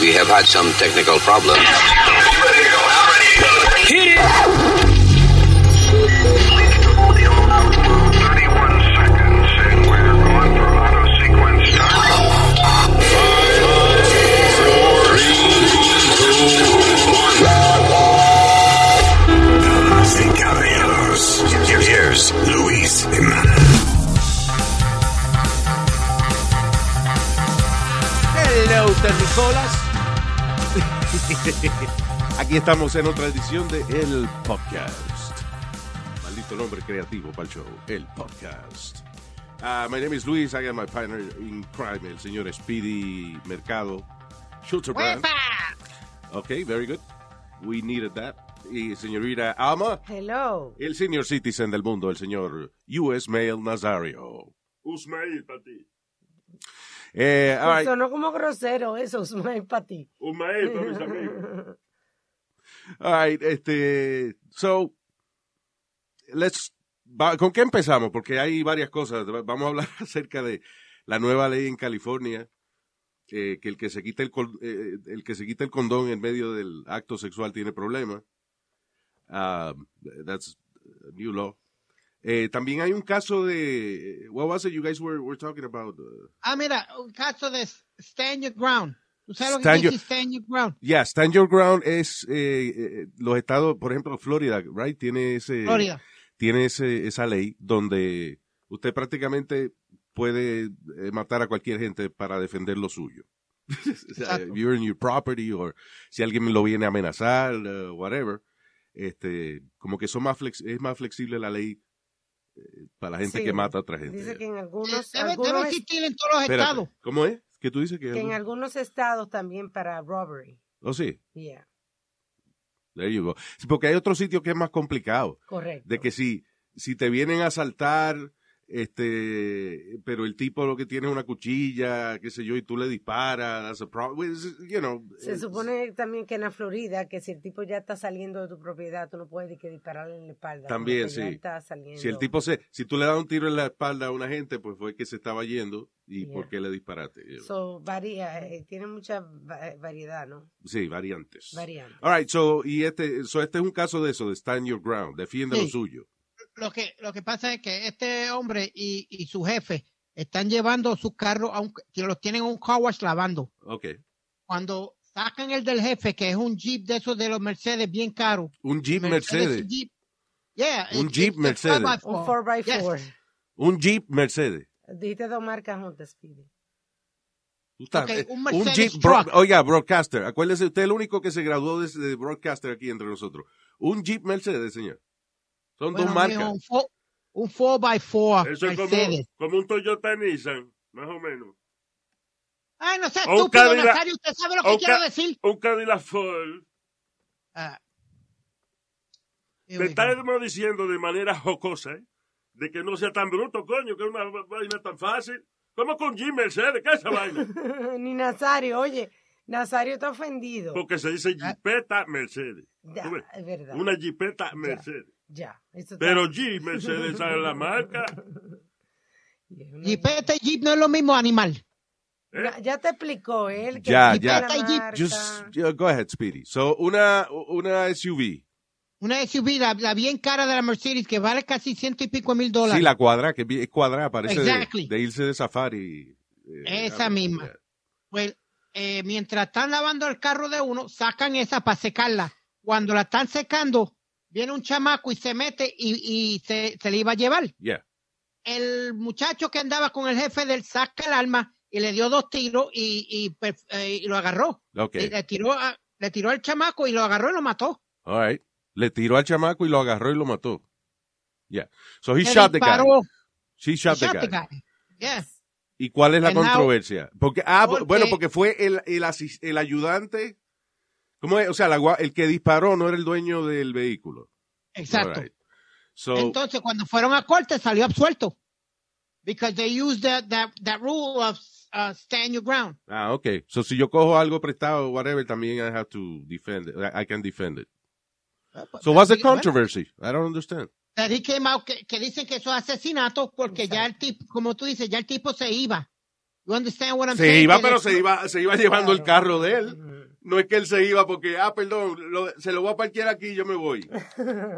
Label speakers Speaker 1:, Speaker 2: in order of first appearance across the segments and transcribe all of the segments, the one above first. Speaker 1: We have had some technical problems.
Speaker 2: Hit it!
Speaker 3: Damas y caballeros, here's Luis Jimenez.
Speaker 4: Hello, Terricolas. Aquí estamos en otra edición de El Podcast. Maldito nombre creativo para el show, El Podcast. Ah, my name is Luis, I am my partner in crime, el señor Speedy Mercado Schulterbrand. Okay, very good. We needed that. Y señorita Alma,
Speaker 5: Hello.
Speaker 4: el senior citizen del mundo, el señor U.S. Mail Nazario.
Speaker 6: Usmail para ti.
Speaker 4: Eh, all right.
Speaker 5: Pues Sonó como grosero eso, Smile para ti.
Speaker 6: Usmail para mis amigos.
Speaker 4: All right, este, so, let's, va- ¿con qué empezamos? Porque hay varias cosas. Va- Vamos a hablar acerca de la nueva ley en California, eh, que el que se quita el, col- eh, el que se quita el condón en medio del acto sexual tiene problemas. Ah, that's a new law. Eh, también hay un caso de, what was it you guys were, were talking about? Uh,
Speaker 7: Ah, mira, un caso de Stand Your Ground. ¿Tú sabes lo que
Speaker 4: Stand
Speaker 7: quiere
Speaker 4: your-
Speaker 7: decir Stand Your Ground?
Speaker 4: yeah, stand your ground es eh, eh, los estados, por ejemplo, Florida, right? Tiene ese...
Speaker 7: Florida.
Speaker 4: tiene ese- esa ley donde usted prácticamente puede eh, matar a cualquier gente para defender lo suyo. O sea,
Speaker 7: Exacto.
Speaker 4: you're in your property or si alguien lo viene a amenazar, uh, whatever. Este, como que son más flex- es más flexible la ley eh, para la gente
Speaker 5: Sí.
Speaker 4: que mata a otra gente.
Speaker 5: Dice que en
Speaker 4: eh,
Speaker 7: Debe,
Speaker 5: algunos, algunos
Speaker 7: debe existir en todos los
Speaker 4: Espérate,
Speaker 7: estados.
Speaker 4: ¿Cómo es? ¿Qué tú dices? Que,
Speaker 5: que en algunos estados también para robbery.
Speaker 4: Oh, sí.
Speaker 5: Yeah,
Speaker 4: There you go. Sí, Porque hay otro sitio que es más complicado.
Speaker 5: correcto.
Speaker 4: de que si, si te vienen a asaltar, este, pero el tipo lo que tiene es una cuchilla, qué sé yo, y tú le disparas, that's a problem. Well, it's- you know, eh,
Speaker 5: Se
Speaker 4: it's-
Speaker 5: supone también que en la Florida, que si el tipo ya está saliendo de tu propiedad, tú no puedes ni que dispararle en la espalda. como
Speaker 4: También,
Speaker 5: que ya
Speaker 4: sí.
Speaker 5: está saliendo.
Speaker 4: si el tipo se, si tú le das un tiro en la espalda a una gente, pues fue que se estaba yendo y
Speaker 5: Yeah.
Speaker 4: por qué le disparaste. Eh, You know.
Speaker 5: So, varía, eh, tiene mucha va- eh, variedad, ¿no?
Speaker 4: sí, variantes.
Speaker 5: Variante.
Speaker 4: All right, so, y este, so este es un caso de eso, de stand your ground, defiende lo
Speaker 7: Sí.
Speaker 4: suyo.
Speaker 7: Lo que, lo que pasa es que este hombre y, y su jefe están llevando sus carros a un, que los tienen en un car wash lavando.
Speaker 4: Ok.
Speaker 7: Cuando sacan el del jefe, que es un Jeep de esos de los Mercedes bien caro.
Speaker 4: Un Jeep Mercedes.
Speaker 7: Jeep. Yeah,
Speaker 4: Un
Speaker 7: it's-
Speaker 4: Jeep
Speaker 7: it's a
Speaker 4: Mercedes.
Speaker 7: 4x4.
Speaker 5: Un 4x4.
Speaker 7: Yes.
Speaker 4: Un Jeep Mercedes.
Speaker 5: Dijiste dos marcas juntas, Speedy.
Speaker 4: Tú estás-
Speaker 7: Ok,
Speaker 4: eh,
Speaker 7: un
Speaker 4: un,
Speaker 7: Mercedes
Speaker 4: Jeep,
Speaker 7: truck.
Speaker 4: bro- oiga, broadcaster, acuérdese, usted es el único que se graduó de, de broadcaster aquí entre nosotros. Un Jeep Mercedes, señor. Son
Speaker 7: Bueno,
Speaker 4: dos
Speaker 7: mijo,
Speaker 4: marcas.
Speaker 7: un fo- Un 4x4
Speaker 6: Eso es como,
Speaker 7: Mercedes.
Speaker 6: como un Toyota Nissan, más o menos.
Speaker 7: Ay, no sé,
Speaker 6: O un
Speaker 7: estúpido,
Speaker 6: Cadillac.
Speaker 7: Nazario, usted sabe lo
Speaker 6: O
Speaker 7: que
Speaker 6: un
Speaker 7: quiero
Speaker 6: ca-
Speaker 7: decir.
Speaker 6: Un Cadillac Ford.
Speaker 7: Ah.
Speaker 6: Te estamos diciendo de manera jocosa, ¿eh? De que no sea tan bruto, coño, que es una vaina tan fácil. ¿Cómo con Jim Mercedes? ¿Qué es esa vaina?
Speaker 5: Ni Nazario, oye, Nazario está ofendido.
Speaker 6: Porque se dice Jeepeta Mercedes.
Speaker 5: Ya,
Speaker 6: Tú ves,
Speaker 5: es verdad.
Speaker 6: Una Jeepeta Mercedes.
Speaker 5: Ya. Eso está-
Speaker 6: Pero Jeep Mercedes sabe la marca.
Speaker 5: es una-
Speaker 7: Jeepeta y Jeep no es lo mismo animal.
Speaker 5: Na- Ya te explicó él. Que
Speaker 4: Ya,
Speaker 5: explica
Speaker 4: ya.
Speaker 5: la
Speaker 7: Jeep,
Speaker 5: marca.
Speaker 4: Just- yeah, go ahead, Speedy. So, una, una SUV.
Speaker 7: Una SUV, la, la bien cara de la Mercedes, que vale casi ciento y pico mil
Speaker 4: Sí,
Speaker 7: dólares.
Speaker 4: la cuadra, que es cuadra, parece de-
Speaker 7: Exactly.
Speaker 4: de, irse de safari. eh,
Speaker 7: Esa
Speaker 4: a-
Speaker 7: misma.
Speaker 4: yeah.
Speaker 7: Pues, eh, mientras están lavando el carro de uno, sacan esa para secarla. Cuando la están secando, viene un chamaco y se mete y, y se, se le iba a llevar.
Speaker 4: Yeah.
Speaker 7: El muchacho que andaba con el jefe del saca el arma y le dio dos tiros y, y per- eh, y lo agarró.
Speaker 4: Ok.
Speaker 7: Eh, Le, le tiró a- le tiró al chamaco y lo agarró y lo mató.
Speaker 4: All right. Le tiró al chamaco y lo agarró y lo mató. Yeah. So, he
Speaker 7: Le
Speaker 4: shot the guy.
Speaker 7: disparó.
Speaker 4: She shot, the
Speaker 7: Shot
Speaker 4: guy.
Speaker 7: the guy. Yeah.
Speaker 4: ¿Y cuál es la
Speaker 7: And now-
Speaker 4: controversia? Porque, ah,
Speaker 7: Porque-
Speaker 4: bueno, porque fue el, el, asis- el ayudante. ¿Cómo es? O sea, la gua- el que disparó no era el dueño del vehículo.
Speaker 7: Exacto.
Speaker 4: All right. So,
Speaker 7: Entonces, cuando fueron a corte, salió absuelto. Because they used that, that, that rule of uh, stand your ground.
Speaker 4: ah, ok. So, si yo cojo algo prestado, whatever, también I have to defend it. I, I can defend it. So, what's the controversy? I don't understand.
Speaker 7: That he came out, que, que dicen que eso es asesinato porque ya el tipo, como tú dices, ya el tipo se iba. You understand what I'm
Speaker 4: Se
Speaker 7: saying?
Speaker 4: iba,
Speaker 7: Que
Speaker 4: pero
Speaker 7: le-
Speaker 4: se iba, se iba llevando el carro de él. no es que él se iba porque, ah, perdón, lo- se lo voy a parquear aquí y yo me voy.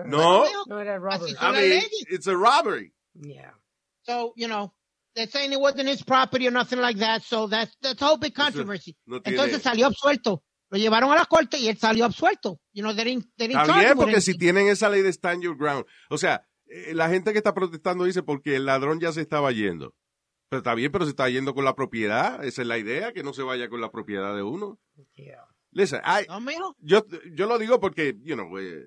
Speaker 4: No,
Speaker 5: No era Robert.
Speaker 4: I mean, it's a robbery.
Speaker 5: Yeah.
Speaker 7: So, you know, they're saying it wasn't his property or nothing like that. So that's, that's a whole big controversy.
Speaker 4: no tiene-
Speaker 7: Entonces salió absuelto. Lo llevaron a la corte y él salió absuelto. You know, they didn't, they didn't
Speaker 4: Está
Speaker 7: charge
Speaker 4: bien,
Speaker 7: him with
Speaker 4: porque si
Speaker 7: anything.
Speaker 4: tienen esa ley de stand your ground. O sea, eh, la gente que está protestando dice porque el ladrón ya se estaba yendo. Pero está bien, pero se está yendo con la propiedad. Esa es la idea, que no se vaya con la propiedad de uno.
Speaker 5: Yeah.
Speaker 4: Listen, I-
Speaker 7: No, mijo.
Speaker 4: yo, yo lo digo porque, you know, eh,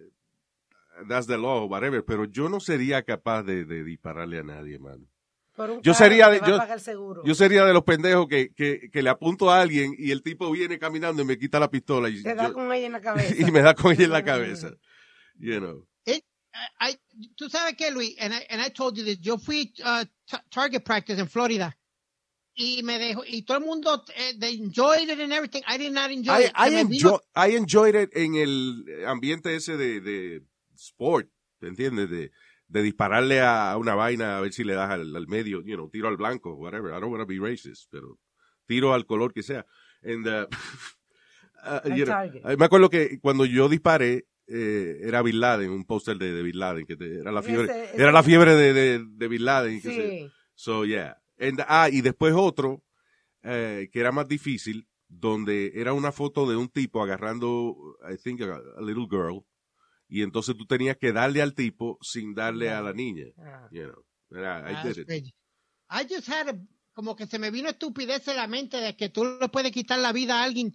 Speaker 4: that's the law, whatever, pero yo no sería capaz de, de dispararle a nadie, mano.
Speaker 5: Por un
Speaker 4: Yo
Speaker 5: carro
Speaker 4: sería
Speaker 5: que
Speaker 4: de-
Speaker 5: va a
Speaker 4: yo-
Speaker 5: pagar el seguro.
Speaker 4: Yo sería de los pendejos que, que, que le apunto a alguien y el tipo viene caminando y me quita la pistola y,
Speaker 5: Te da
Speaker 4: yo-
Speaker 5: con ella en la cabeza.
Speaker 4: y me da con ella en la cabeza. You know.
Speaker 7: I, I- tú sabes que Luis, and I, and I told you this, yo fui uh, ta- target practice en Florida y me dejó y todo el mundo eh, they enjoyed it and everything. I did not enjoy
Speaker 4: I,
Speaker 7: it.
Speaker 4: I
Speaker 7: Se me vino-
Speaker 4: enjoy- I enjoyed it en el ambiente ese de, de sport, ¿te entiendes? De, de dispararle a una vaina a ver si le das al, al medio, you know, tiro al blanco, whatever. I don't want to be racist, pero tiro al color que sea. And, uh, uh,
Speaker 5: Al
Speaker 4: you know,
Speaker 5: target.
Speaker 4: me acuerdo que cuando yo disparé, eh, era Bin Laden, un póster de, de Bin Laden, que te- era la fiebre,
Speaker 5: Ese- ese-
Speaker 4: era la fiebre de, de, de Bin Laden. que se-
Speaker 5: Sí.
Speaker 4: So, yeah. And, ah, y después otro, eh, que era más difícil, donde era una foto de un tipo agarrando, I think, a, a little girl, y entonces tú tenías que darle al tipo sin darle a la niña.
Speaker 5: Ah.
Speaker 4: You know. And I- I
Speaker 7: Ah,
Speaker 4: did
Speaker 7: that's
Speaker 4: it.
Speaker 7: crazy. I just had a- como que se me vino estupidez en la mente de que tú le puedes quitar la vida a alguien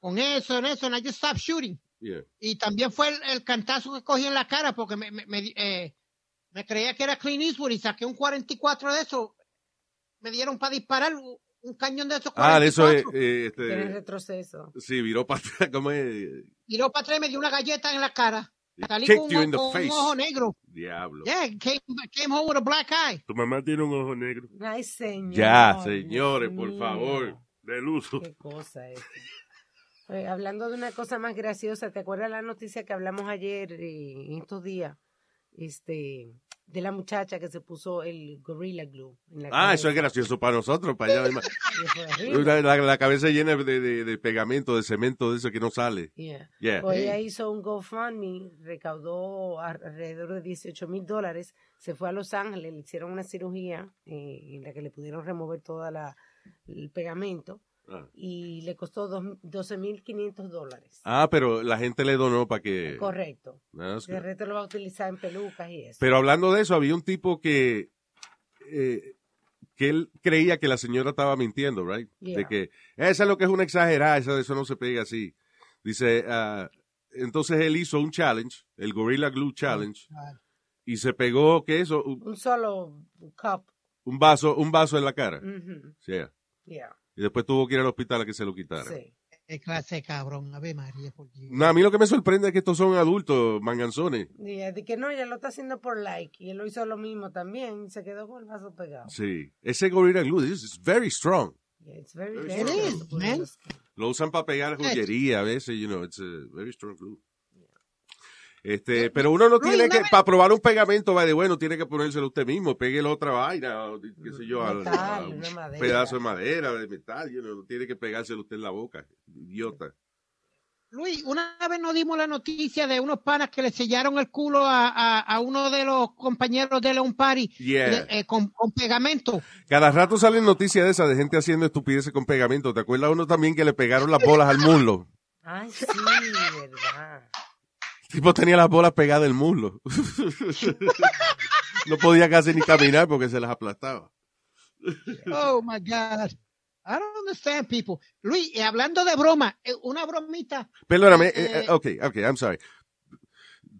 Speaker 7: con eso, en eso, and I just stopped shooting.
Speaker 4: Yeah.
Speaker 7: Y también fue el, el cantazo que cogí en la cara porque me, me, me, eh, me creía que era Clint Eastwood y saqué un 44 de eso. Me dieron para disparar u- un cañón de esos 44.
Speaker 4: Ah, de eso es,
Speaker 5: Tienes
Speaker 4: este,
Speaker 5: retroceso.
Speaker 4: sí, viró para atrás, como es,
Speaker 7: Tiró para atrás y me dio una galleta en la cara. Salí
Speaker 4: Kicked
Speaker 7: con, un,
Speaker 4: you
Speaker 7: o-
Speaker 4: in the
Speaker 7: con un
Speaker 4: face.
Speaker 7: ojo negro.
Speaker 4: diablo.
Speaker 7: Yeah, came, came home with a black eye.
Speaker 6: Tu mamá tiene un ojo negro
Speaker 5: Ay, señor.
Speaker 4: Ya,
Speaker 5: Dios
Speaker 4: señores, por
Speaker 5: mío.
Speaker 4: favor.
Speaker 6: del uso.
Speaker 5: Qué cosa es. Oye, hablando de una cosa más graciosa, ¿te acuerdas la noticia que hablamos ayer, eh, en estos días, este, de la muchacha que se puso el Gorilla Glue en la
Speaker 4: Ah, eso es
Speaker 5: cabeza?
Speaker 4: gracioso para nosotros, para allá. además.
Speaker 5: Y fue horrible.
Speaker 4: Una- La, la cabeza llena de, de- de pegamento, de cemento, de eso que no sale.
Speaker 5: Yeah.
Speaker 4: Yeah.
Speaker 5: Pues ella hizo un GoFundMe, recaudó ar- alrededor de 18 mil dólares, se fue a Los Ángeles, le hicieron una cirugía eh, en la que le pudieron remover todo el pegamento
Speaker 4: Ah.
Speaker 5: y le costó dos- 12 mil 500 dólares.
Speaker 4: Ah, pero la gente le donó para que...
Speaker 5: Correcto.
Speaker 4: Ah, that's
Speaker 5: De
Speaker 4: good.
Speaker 5: reto lo va a utilizar en pelucas y eso.
Speaker 4: Pero hablando de eso, había un tipo que eh, que él creía que la señora estaba mintiendo, right?
Speaker 5: Yeah.
Speaker 4: De que esa es lo que es una exagerada, eso, eso no se pega así. Dice, ah, entonces él hizo un challenge, el Gorilla
Speaker 5: Mm.
Speaker 4: Glue Challenge, y se pegó que eso, un,
Speaker 5: Un solo cup.
Speaker 4: un vaso, un vaso en la cara.
Speaker 5: Ujú.
Speaker 4: Yeah.
Speaker 5: Yeah.
Speaker 4: Y después tuvo que ir al hospital a que se lo quitara.
Speaker 5: Sí.
Speaker 7: Qué clase de cabrón. Ave María, por Dios.
Speaker 4: No, a mí lo que me sorprende es que estos son adultos, manganzones.
Speaker 5: Y ella de que no, ella lo está haciendo por like. Y él lo hizo lo mismo también. y Se quedó con el vaso pegado.
Speaker 4: Sí. Ese Gorilla Glue es very strong.
Speaker 5: Yeah, it's very
Speaker 4: It
Speaker 5: dangerous
Speaker 7: is,
Speaker 5: to put
Speaker 7: man.
Speaker 5: in the skin.
Speaker 4: Lo usan para
Speaker 5: Eh.
Speaker 4: pegar
Speaker 7: Yes.
Speaker 4: joyería a veces, you know, it's a very strong glue.
Speaker 5: Eh,
Speaker 4: Este, pero uno no tiene
Speaker 7: Luis,
Speaker 4: que,
Speaker 7: dame-
Speaker 4: para probar un pegamento, va de bueno, tiene que ponérselo usted mismo, pegue la otra vaina, o, qué sé yo, al-
Speaker 5: Metal,
Speaker 4: a
Speaker 5: una madera.
Speaker 4: pedazo de madera, de metal, you know, no tiene que pegárselo usted en la boca, idiota.
Speaker 7: Luis, una vez nos dimos la noticia de unos panas que le sellaron el culo a, a- a uno de los compañeros de un party
Speaker 4: Yeah.
Speaker 7: de- eh, con, con pegamento.
Speaker 4: Cada rato salen noticias de esas de gente haciendo estupideces con pegamento. ¿Te acuerdas uno también que le pegaron las bolas al muslo?
Speaker 5: Ay, sí, verdad.
Speaker 4: El tipo tenía las bolas pegadas al muslo. no podía casi ni caminar porque se las aplastaba.
Speaker 7: Oh my God. I don't understand people. Luis, y hablando de broma, eh, una bromita.
Speaker 4: Perdóname,
Speaker 7: Eh,
Speaker 4: eh, eh,
Speaker 7: eh,
Speaker 4: ok, ok, I'm sorry.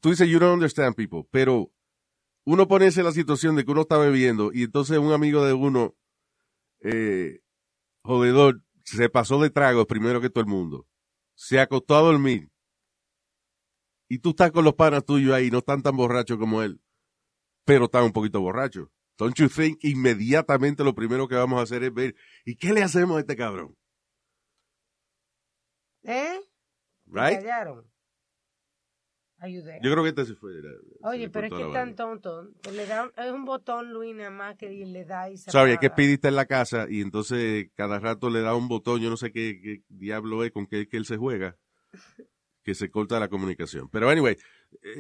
Speaker 4: Tú dices, you don't understand people, pero uno ponerse en la situación de que uno está bebiendo y entonces un amigo de uno, eh, jodedor, se pasó de tragos primero que todo el mundo, se acostó a dormir y tú estás con los panas tuyos ahí, no están tan borrachos como él, pero están un poquito borrachos. Don't you think inmediatamente lo primero que vamos a hacer es ver, ¿y qué le hacemos a este cabrón?
Speaker 5: ¿Eh? Me
Speaker 4: Right?
Speaker 5: Callaron. Ayudé.
Speaker 4: Yo creo que este se fue. la- se
Speaker 5: Oye,
Speaker 4: le
Speaker 5: pero es
Speaker 4: cortó
Speaker 5: que
Speaker 4: la
Speaker 5: es
Speaker 4: vaina.
Speaker 5: tan tonto. Le da un- es un botón, Luis, nada más que le da y se
Speaker 4: Sorry, es que
Speaker 5: apaga.
Speaker 4: Speedy está en la casa y entonces cada rato le da un botón, yo no sé qué, qué diablo es con qué que él se juega. que se corta la comunicación. Pero anyway,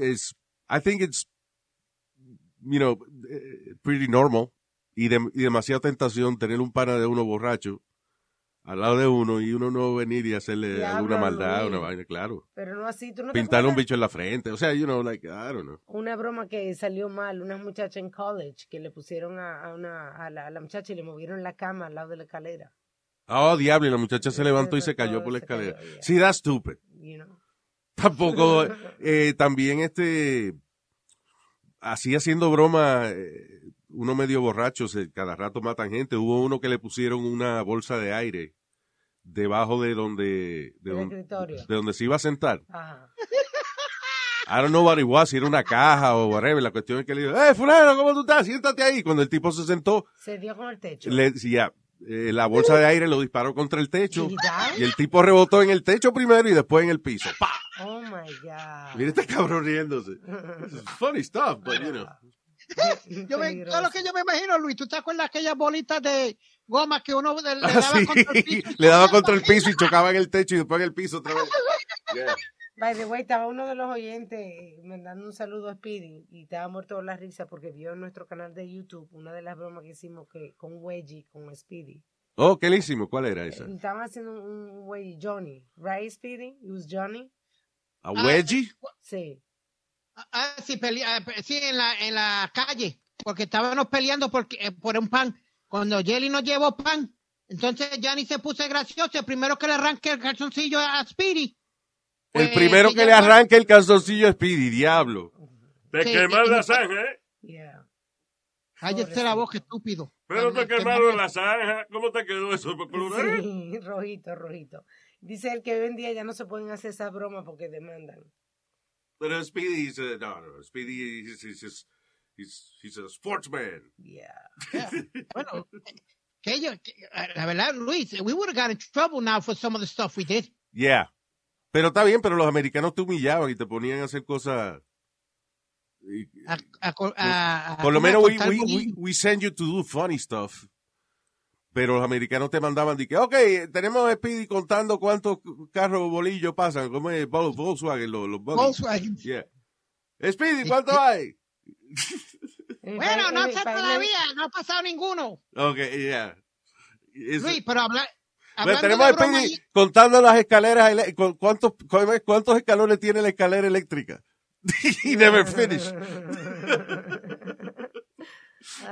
Speaker 4: it's, I think it's, you know, eh, pretty normal y, de, y demasiada tentación tener un pana de uno borracho al lado de uno y uno no venir y hacerle
Speaker 5: Diablo,
Speaker 4: alguna maldad,
Speaker 5: Luis.
Speaker 4: una vaina, claro.
Speaker 5: Pero no así, tú no te
Speaker 4: Pintarle un
Speaker 5: acuerdas?
Speaker 4: bicho en la frente, o sea, you know, like, I don't know.
Speaker 5: Una broma que salió mal, una muchacha en college que le pusieron a, a una, a, la, a la muchacha y le movieron la cama al lado de la escalera.
Speaker 4: Oh, diablo, y la muchacha se
Speaker 5: Se
Speaker 4: levantó y se
Speaker 5: levantó,
Speaker 4: cayó por la
Speaker 5: se cayó,
Speaker 4: escalera.
Speaker 5: ya.
Speaker 4: Sí, that's stupid.
Speaker 5: You know?
Speaker 4: Tampoco, eh, también este, así haciendo broma, eh, uno medio borracho, se- cada rato matan gente. Hubo uno que le pusieron una bolsa de aire debajo de donde, de
Speaker 5: Del
Speaker 4: don-
Speaker 5: escritorio.
Speaker 4: de donde se iba a sentar.
Speaker 5: Ajá.
Speaker 4: I don't know what it was, si era una caja o whatever. La cuestión es que le dijo, eh, fulano, ¿cómo tú estás? Siéntate ahí. Cuando el tipo se sentó,
Speaker 5: Se dio con el techo.
Speaker 4: le decía, eh, la bolsa de aire lo disparó contra el techo.
Speaker 5: ¿Y ya?
Speaker 4: Y el tipo rebotó en el techo primero y después en el piso. ¡Pa!
Speaker 5: Oh my God.
Speaker 4: Mira este cabrón riéndose. This is funny stuff, but you know.
Speaker 7: Yo me,
Speaker 5: Peligroso.
Speaker 7: todo lo que yo me imagino, Luis, ¿tú te acuerdas aquellas bolitas de goma que uno le, le daba
Speaker 4: Así,
Speaker 7: contra el piso?
Speaker 4: Ah, le daba contra el piso y chocaba en el techo y después en el piso otra vez. Yeah.
Speaker 5: By the way, estaba uno de los oyentes eh, mandando un saludo a Speedy y estaba muerto de la risa porque vio en nuestro canal de YouTube una de las bromas que hicimos que con Wedgie, con Speedy.
Speaker 4: Oh, qué lísimo. ¿Cuál era esa?
Speaker 5: Y Estaban haciendo un, un Wedgie, Johnny, right Speedy? It was Johnny.
Speaker 4: ¿A Wedgie?
Speaker 5: Sí.
Speaker 7: Ah, sí, pele- ah, pe- sí, en la, en la calle, porque estábamos peleando porque, eh, por un pan. Cuando Jelly no llevó pan, entonces Johnny se puso gracioso. El primero que le arranque el calzoncillo a Speedy. Pues,
Speaker 4: El primero que le arranque el calzoncillo es Speedy, diablo.
Speaker 6: Te
Speaker 7: Sí,
Speaker 6: quemaron
Speaker 7: y- y-
Speaker 6: la zanja, ¿eh?
Speaker 5: Yeah.
Speaker 7: Cállese la boca, estúpido. este
Speaker 6: Pero te
Speaker 7: Qué
Speaker 6: quemaron
Speaker 7: mal-
Speaker 6: la zanja. ¿Cómo te quedó eso? ¿Por color?
Speaker 5: Sí, rojito, rojito. Dice él que hoy en día ya no se pueden hacer esas bromas porque demandan.
Speaker 4: Pero Speedy, is a- no, no, Speedy, he's, he's, just- he's, he's a sportsman.
Speaker 5: Yeah.
Speaker 7: Bueno, que yo, que- eh, la verdad, Luis, we would have got in trouble now for some of the stuff we did.
Speaker 4: Yeah. Pero está bien, pero los americanos te humillaban y te ponían a hacer cosas. y-
Speaker 7: A- a- a- a-
Speaker 4: Por lo
Speaker 7: a-
Speaker 4: menos
Speaker 7: a
Speaker 4: we,
Speaker 7: cortar
Speaker 4: we, we,
Speaker 7: bolillo.
Speaker 4: we send you to do funny stuff. Pero los americanos te mandaban de que, ok, tenemos a Speedy contando cuántos carros bolillos pasan. ¿Cómo es Vol- Volkswagen? Los, los buggies.
Speaker 7: Volkswagen.
Speaker 4: Yeah. Speedy, ¿cuánto hay?
Speaker 5: En el
Speaker 7: Bueno,
Speaker 5: país-
Speaker 7: no
Speaker 5: en el
Speaker 7: sé
Speaker 5: país le-
Speaker 7: todavía, no ha pasado ninguno.
Speaker 4: Ok, yeah. It's-
Speaker 7: Luis, pero habla,
Speaker 4: Pero
Speaker 7: hablando
Speaker 4: tenemos a
Speaker 7: de broma,
Speaker 4: Speedy contando las escaleras, ele- cu- cuántos, cómo es, cuántos escalones tiene la escalera eléctrica. He never finished.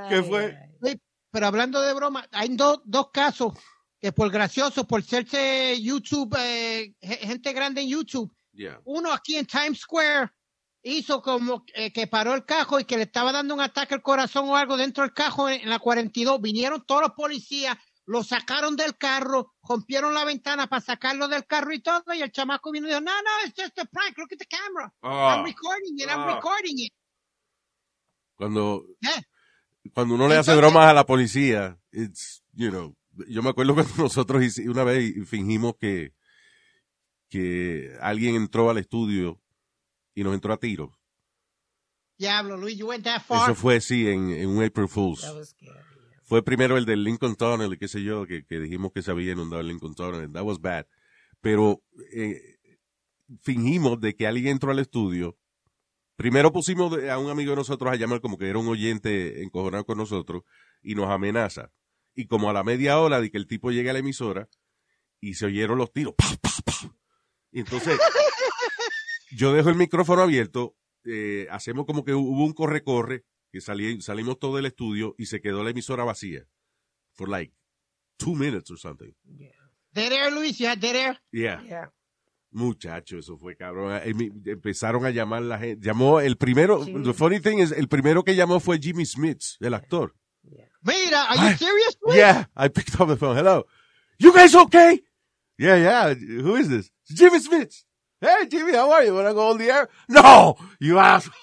Speaker 4: ¿Qué
Speaker 5: Ay,
Speaker 4: fue?
Speaker 5: ay.
Speaker 7: Luis, pero hablando de broma, hay dos, dos casos que por gracioso, por serse YouTube, eh, ge- gente grande en YouTube,
Speaker 4: Yeah.
Speaker 7: uno aquí en Times Square hizo como eh, que paró el cajo y que le estaba dando un ataque al corazón o algo dentro del cajo en, en la 42. Vinieron todos los policías, lo sacaron del carro, rompieron la ventana para sacarlo del carro y todo. Y el chamaco vino y dijo, no, no, it's just a prank, look at the camera.
Speaker 4: Ah,
Speaker 7: I'm recording it, I'm
Speaker 4: Ah.
Speaker 7: recording it.
Speaker 4: cuando,
Speaker 7: Yeah.
Speaker 4: cuando uno le hace
Speaker 7: Entonces-
Speaker 4: bromas a la policía, it's, you know, yo me acuerdo cuando nosotros hici- una vez fingimos que, que alguien entró al estudio y nos entró a tiros.
Speaker 7: Diablo, Luis, you went that far.
Speaker 4: Eso fue, sí, en, en un April Fool's.
Speaker 5: That was scary.
Speaker 4: Fue primero el del Lincoln Tunnel, y qué sé yo, que, que dijimos que se había inundado el Lincoln Tunnel. That was bad. Pero eh, fingimos de que alguien entró al estudio. Primero pusimos de- a un amigo de nosotros a llamar como que era un oyente encojonado con nosotros y nos amenaza. Y como a la media hora de que el tipo llega a la emisora y se oyeron los tiros. ¡pa, pa, pa! Y entonces yo dejo el micrófono abierto, eh, hacemos como que hubo un corre-corre que salí- salimos todo del estudio y se quedó la emisora vacía. For like two minutes or something.
Speaker 5: Yeah,
Speaker 7: Dead air, Luis, you had dead air.
Speaker 4: Yeah.
Speaker 5: yeah.
Speaker 4: Muchacho, eso fue cabrón. Eh, mi- Empezaron a llamar la gente. Llamó el primero.
Speaker 5: Jimmy.
Speaker 4: The funny thing is, el primero que llamó fue Jimmy Smith, el actor.
Speaker 7: Mira, are you
Speaker 4: Ay.
Speaker 7: serious, Luis?
Speaker 4: Yeah, I picked up the phone. Hello. You guys okay? Yeah, yeah. Who is this? Jimmy Smith. Hey, Jimmy, how are you? Wanna go on the air? No, you asshole.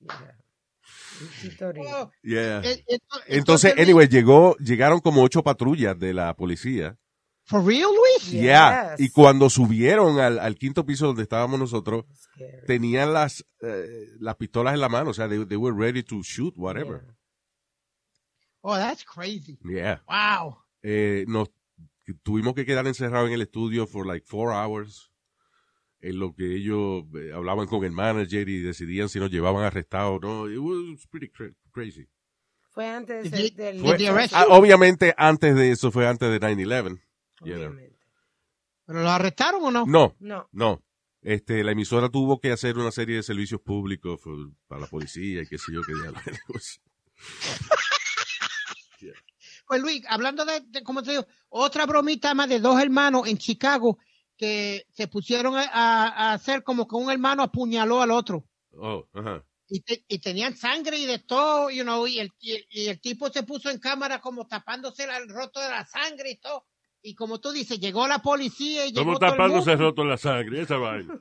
Speaker 5: Yeah. Un chitorín.
Speaker 7: Oh,
Speaker 4: Yeah.
Speaker 7: eh, eh,
Speaker 4: Entonces,
Speaker 7: Luis,
Speaker 4: anyway, llegó, llegaron como ocho patrullas de la policía.
Speaker 7: For real, Luis?
Speaker 5: Yes.
Speaker 4: Yeah. Y cuando subieron al, al quinto piso donde estábamos nosotros,
Speaker 5: Scary.
Speaker 4: tenían las, eh, las pistolas en la mano. O sea, they, they were ready to shoot, whatever.
Speaker 7: Oh, that's crazy.
Speaker 4: Yeah.
Speaker 7: Wow.
Speaker 4: Eh, nos tuvimos que quedar encerrados en el estudio for like four hours en lo que ellos eh, hablaban con el manager y decidían si nos llevaban arrestados o no. It was pretty cra- crazy.
Speaker 5: Fue antes
Speaker 7: Did
Speaker 5: de-
Speaker 7: they-
Speaker 5: del...
Speaker 7: did they arrest
Speaker 4: Ah, oh.
Speaker 7: you?
Speaker 4: obviamente antes de eso fue antes de 9-11. you know.
Speaker 5: Obviamente.
Speaker 7: ¿Pero lo arrestaron o no?
Speaker 4: No,
Speaker 5: No.
Speaker 4: no. Este, la emisora tuvo que hacer una serie de servicios públicos for- para la policía y qué sé yo qué diablos.
Speaker 7: Pues Luis, hablando de, de- como te digo, otra bromita más de dos hermanos en Chicago que se pusieron a, a- a hacer como que un hermano apuñaló al otro
Speaker 4: Oh, ajá.
Speaker 7: y, te- y tenían sangre y de todo, you know, y el, y, el, y el tipo se puso en cámara como tapándose la- el roto de la sangre y todo. Y como tú dices, llegó la policía y llegó
Speaker 6: Estamos
Speaker 7: todo el
Speaker 6: tapándose
Speaker 7: mundo.
Speaker 6: roto en la sangre, esa vaina.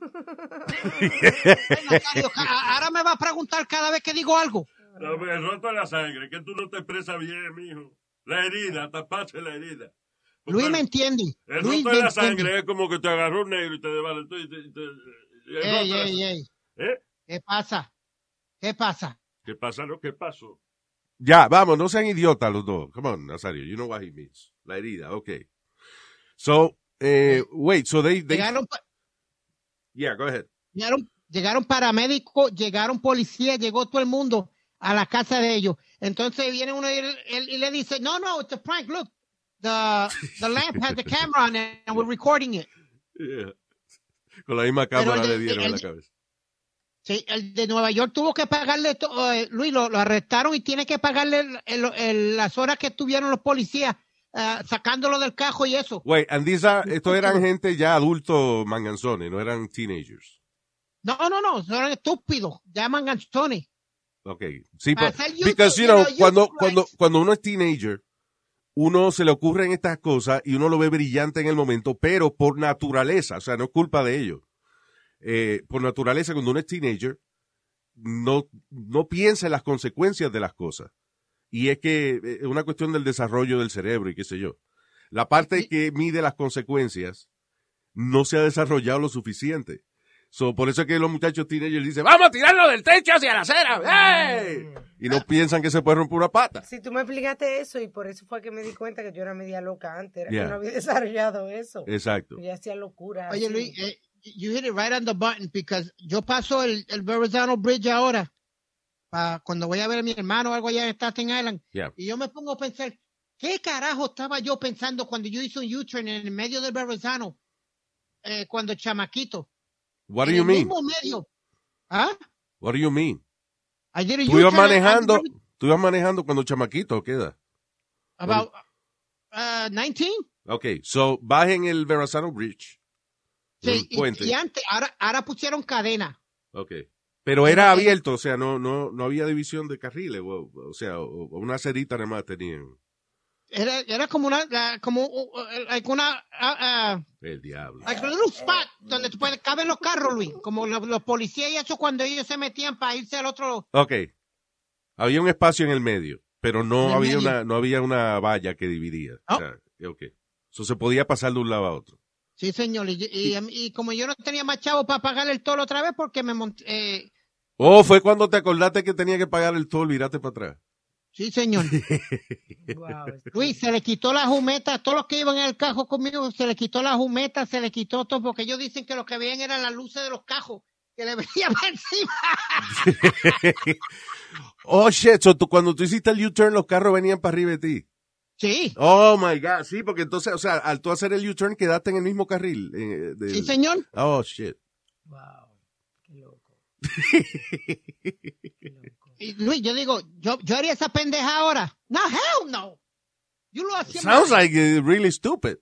Speaker 7: Ay, Nazario, a- Ahora me va a preguntar cada vez que digo algo.
Speaker 6: No, pero el roto en la sangre, que tú no te expresas bien, mijo. La herida, tapaste la herida. Porque
Speaker 7: Luis me entiende.
Speaker 6: El
Speaker 7: Luis me
Speaker 6: roto Pues en la
Speaker 7: entiende.
Speaker 6: sangre es como que te agarró un negro y te desbarató y te... y te- y
Speaker 7: Ey,
Speaker 6: el roto en la
Speaker 7: ey,
Speaker 6: sangre.
Speaker 7: ey.
Speaker 6: ¿Eh?
Speaker 7: ¿Qué pasa? ¿Qué pasa?
Speaker 6: ¿Qué pasa? ¿No? ¿Qué pasó?
Speaker 4: Ya, vamos, no sean idiotas los dos. Come on, Nazario, you know what he means. La herida, okay. So, eh, wait, so they, they
Speaker 7: Llegaron, pa-
Speaker 4: yeah, go ahead.
Speaker 7: llegaron, llegaron paramédicos, llegaron policías, llegó todo el mundo a la casa de ellos. Entonces viene uno y, él- y le dice, no, no, it's a prank, look. The, the lamp has the camera on it and we're recording it.
Speaker 4: Yeah. Con la misma
Speaker 7: Pero
Speaker 4: cámara
Speaker 7: el de-
Speaker 4: le dieron en
Speaker 7: el
Speaker 4: la
Speaker 7: de-
Speaker 4: cabeza.
Speaker 7: Sí, el de Nueva York tuvo que pagarle, to- eh, Luis, lo, lo arrestaron y tiene que pagarle el- el- el- las horas que estuvieron los policías eh, sacándolo del cajo y eso.
Speaker 4: Wait, and these are, estos eran gente ya adultos manganzones, no eran teenagers.
Speaker 7: No, no, no, son estúpidos, llaman ganchones.
Speaker 4: Okay. Sí,
Speaker 7: Para
Speaker 4: but-
Speaker 7: hacer YouTube,
Speaker 4: because, you
Speaker 7: you
Speaker 4: know,
Speaker 7: know,
Speaker 4: cuando,
Speaker 7: YouTube
Speaker 4: cuando,
Speaker 7: rights.
Speaker 4: cuando uno es teenager, uno se le ocurren estas cosas y uno lo ve brillante en el momento, pero por naturaleza, o sea, no es culpa de ellos. Eh, por naturaleza, cuando uno es teenager, no, no piensa en las consecuencias de las cosas. Y es que eh, es una cuestión del desarrollo del cerebro y qué sé yo. La parte que mide las consecuencias no se ha desarrollado lo suficiente. So, por eso es que los muchachos teenagers dicen, vamos a tirarlo del techo hacia la acera. ¡Ey!
Speaker 7: Mm.
Speaker 4: Y no piensan que se puede romper una pata.
Speaker 5: Si tú me explicaste eso y por eso fue que me di cuenta que yo era media loca antes, era
Speaker 4: Yeah.
Speaker 5: que no había desarrollado eso.
Speaker 4: Exacto.
Speaker 5: Yo hacía locura.
Speaker 7: Oye,
Speaker 5: así.
Speaker 7: Luis, eh, you hit it right on the button because yo paso el, el Verrazano Bridge ahora pa- cuando voy a ver a mi hermano o algo allá en Staten Island
Speaker 4: Yeah.
Speaker 7: y yo me pongo a pensar, ¿qué carajo estaba yo pensando cuando yo hice un U-turn en el medio del Verrazano eh, cuando chamaquito?
Speaker 4: What do
Speaker 7: En
Speaker 4: you
Speaker 7: el
Speaker 4: mean?
Speaker 7: mismo medio. ¿Ah?
Speaker 4: What do you mean?
Speaker 7: I did a
Speaker 4: Tú ibas
Speaker 7: U-turn at- at the
Speaker 4: manejando,
Speaker 7: Verrazano
Speaker 4: tú ibas manejando cuando chamaquito queda.
Speaker 7: About, uh, 19.
Speaker 4: Ok, so bajen el Verrazano Bridge.
Speaker 7: Sí,
Speaker 4: el puente.
Speaker 7: y, y antes, ahora, ahora pusieron cadena.
Speaker 4: Ok. Pero era
Speaker 7: Eh,
Speaker 4: abierto, o sea, no, no, no había división de carriles, o, o sea, o- o una cerita nada más tenían.
Speaker 7: Era, era como una, la- como uh, uh, like una, ah, ah,
Speaker 4: El diablo.
Speaker 7: Hay un spot donde tú puedes- caben los carros, Luis. Como lo- los, policías y eso cuando ellos se metían para irse al otro.
Speaker 4: Ok. Había un espacio en el medio, pero no
Speaker 7: En el
Speaker 4: había
Speaker 7: medio. Ah.
Speaker 4: una, no había una valla que dividía. O sea, ok. So se podía pasar de un lado a otro.
Speaker 7: Sí, señor. Y, y- y como yo no tenía más chavo para pagar el tolo otra vez porque me monté. eh,
Speaker 4: Oh, fue cuando te acordaste que tenía que pagar el toll, miraste para atrás.
Speaker 7: sí, señor.
Speaker 5: Wow, es-
Speaker 7: eh, Luis, se le quitó la jumeta. a Todos los que iban en el cajo conmigo, se le quitó la jumeta, se le quitó todo. Porque ellos dicen que lo que veían eran las luces de los cajos que le venían para encima.
Speaker 4: Oh, shit. So, tú- cuando tú hiciste el U-turn, los carros venían para arriba de ti.
Speaker 7: Sí.
Speaker 4: Oh, my God. Sí, porque entonces, o sea, al tú hacer el U-turn, quedaste en el mismo carril. eh, de-
Speaker 7: Sí, señor.
Speaker 4: oh, shit.
Speaker 5: wow, qué loco. Qué loco.
Speaker 7: Y, Luis, yo digo, yo, yo haría esa pendeja ahora. No, hell no. Yo lo hacía.
Speaker 4: Sounds like eh, really stupid.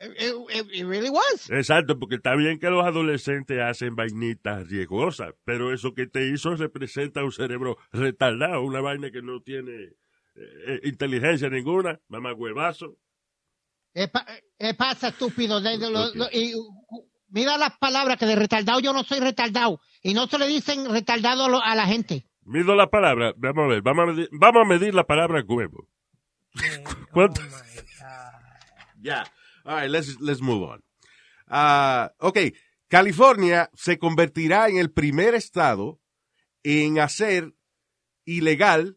Speaker 7: It- it- it really was.
Speaker 6: Exacto, porque está bien que los adolescentes hacen vainitas riesgosas, pero eso que te hizo representa un cerebro retardado, una vaina que no tiene eh, inteligencia ninguna, mamá huevazo.
Speaker 7: ¿Qué pa- qué pasa, estúpido? De- de- lo-
Speaker 4: Ok.
Speaker 7: lo- y, uh, mira las palabras que de retardado yo no soy retardado. Y no se le dicen retardado a, lo- a la gente.
Speaker 6: Mido la palabra, vamos a ver, vamos a medir, vamos a medir la palabra huevo.
Speaker 5: Eh,
Speaker 6: ¿Cuánto?
Speaker 5: Oh my God.
Speaker 4: Yeah. All right, let's, let's move on. Ah, ok, California se convertirá en el primer estado en hacer ilegal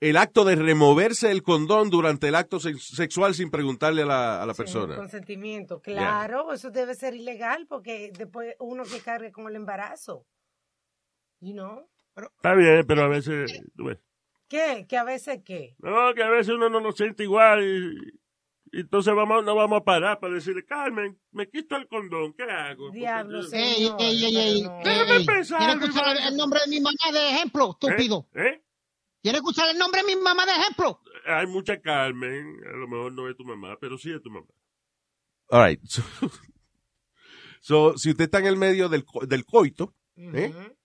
Speaker 4: el acto de removerse el condón durante el acto sex- sexual sin preguntarle a la, a la
Speaker 5: Sí, pues.
Speaker 4: persona.
Speaker 5: Consentimiento, claro, eso debe ser ilegal porque después uno que cargue con el embarazo. You know?
Speaker 6: Está bien, pero a veces... tú ves.
Speaker 5: ¿Qué? ¿Que a veces qué?
Speaker 6: No, que a veces uno no nos siente igual y, y entonces vamos, no vamos a parar para decirle, Carmen, me quito el condón, ¿qué hago? Porque
Speaker 5: Diablo,
Speaker 6: yo-
Speaker 5: sí.
Speaker 7: Ey,
Speaker 5: Señor,
Speaker 7: ey, ey, ey.
Speaker 5: pero no.
Speaker 6: Déjame
Speaker 7: ey.
Speaker 6: pensar,
Speaker 7: Tienes que usar
Speaker 6: hermano.
Speaker 7: el nombre de mi mamá de ejemplo, estúpido.
Speaker 6: ¿Eh? ¿Eh?
Speaker 7: Tienes que usar el nombre de mi mamá de ejemplo.
Speaker 6: Hay mucha Carmen, a lo mejor no es tu mamá, pero sí es tu mamá.
Speaker 4: All right. So, so, si usted está en el medio del, co- del coito, ¿eh?
Speaker 5: Ujú.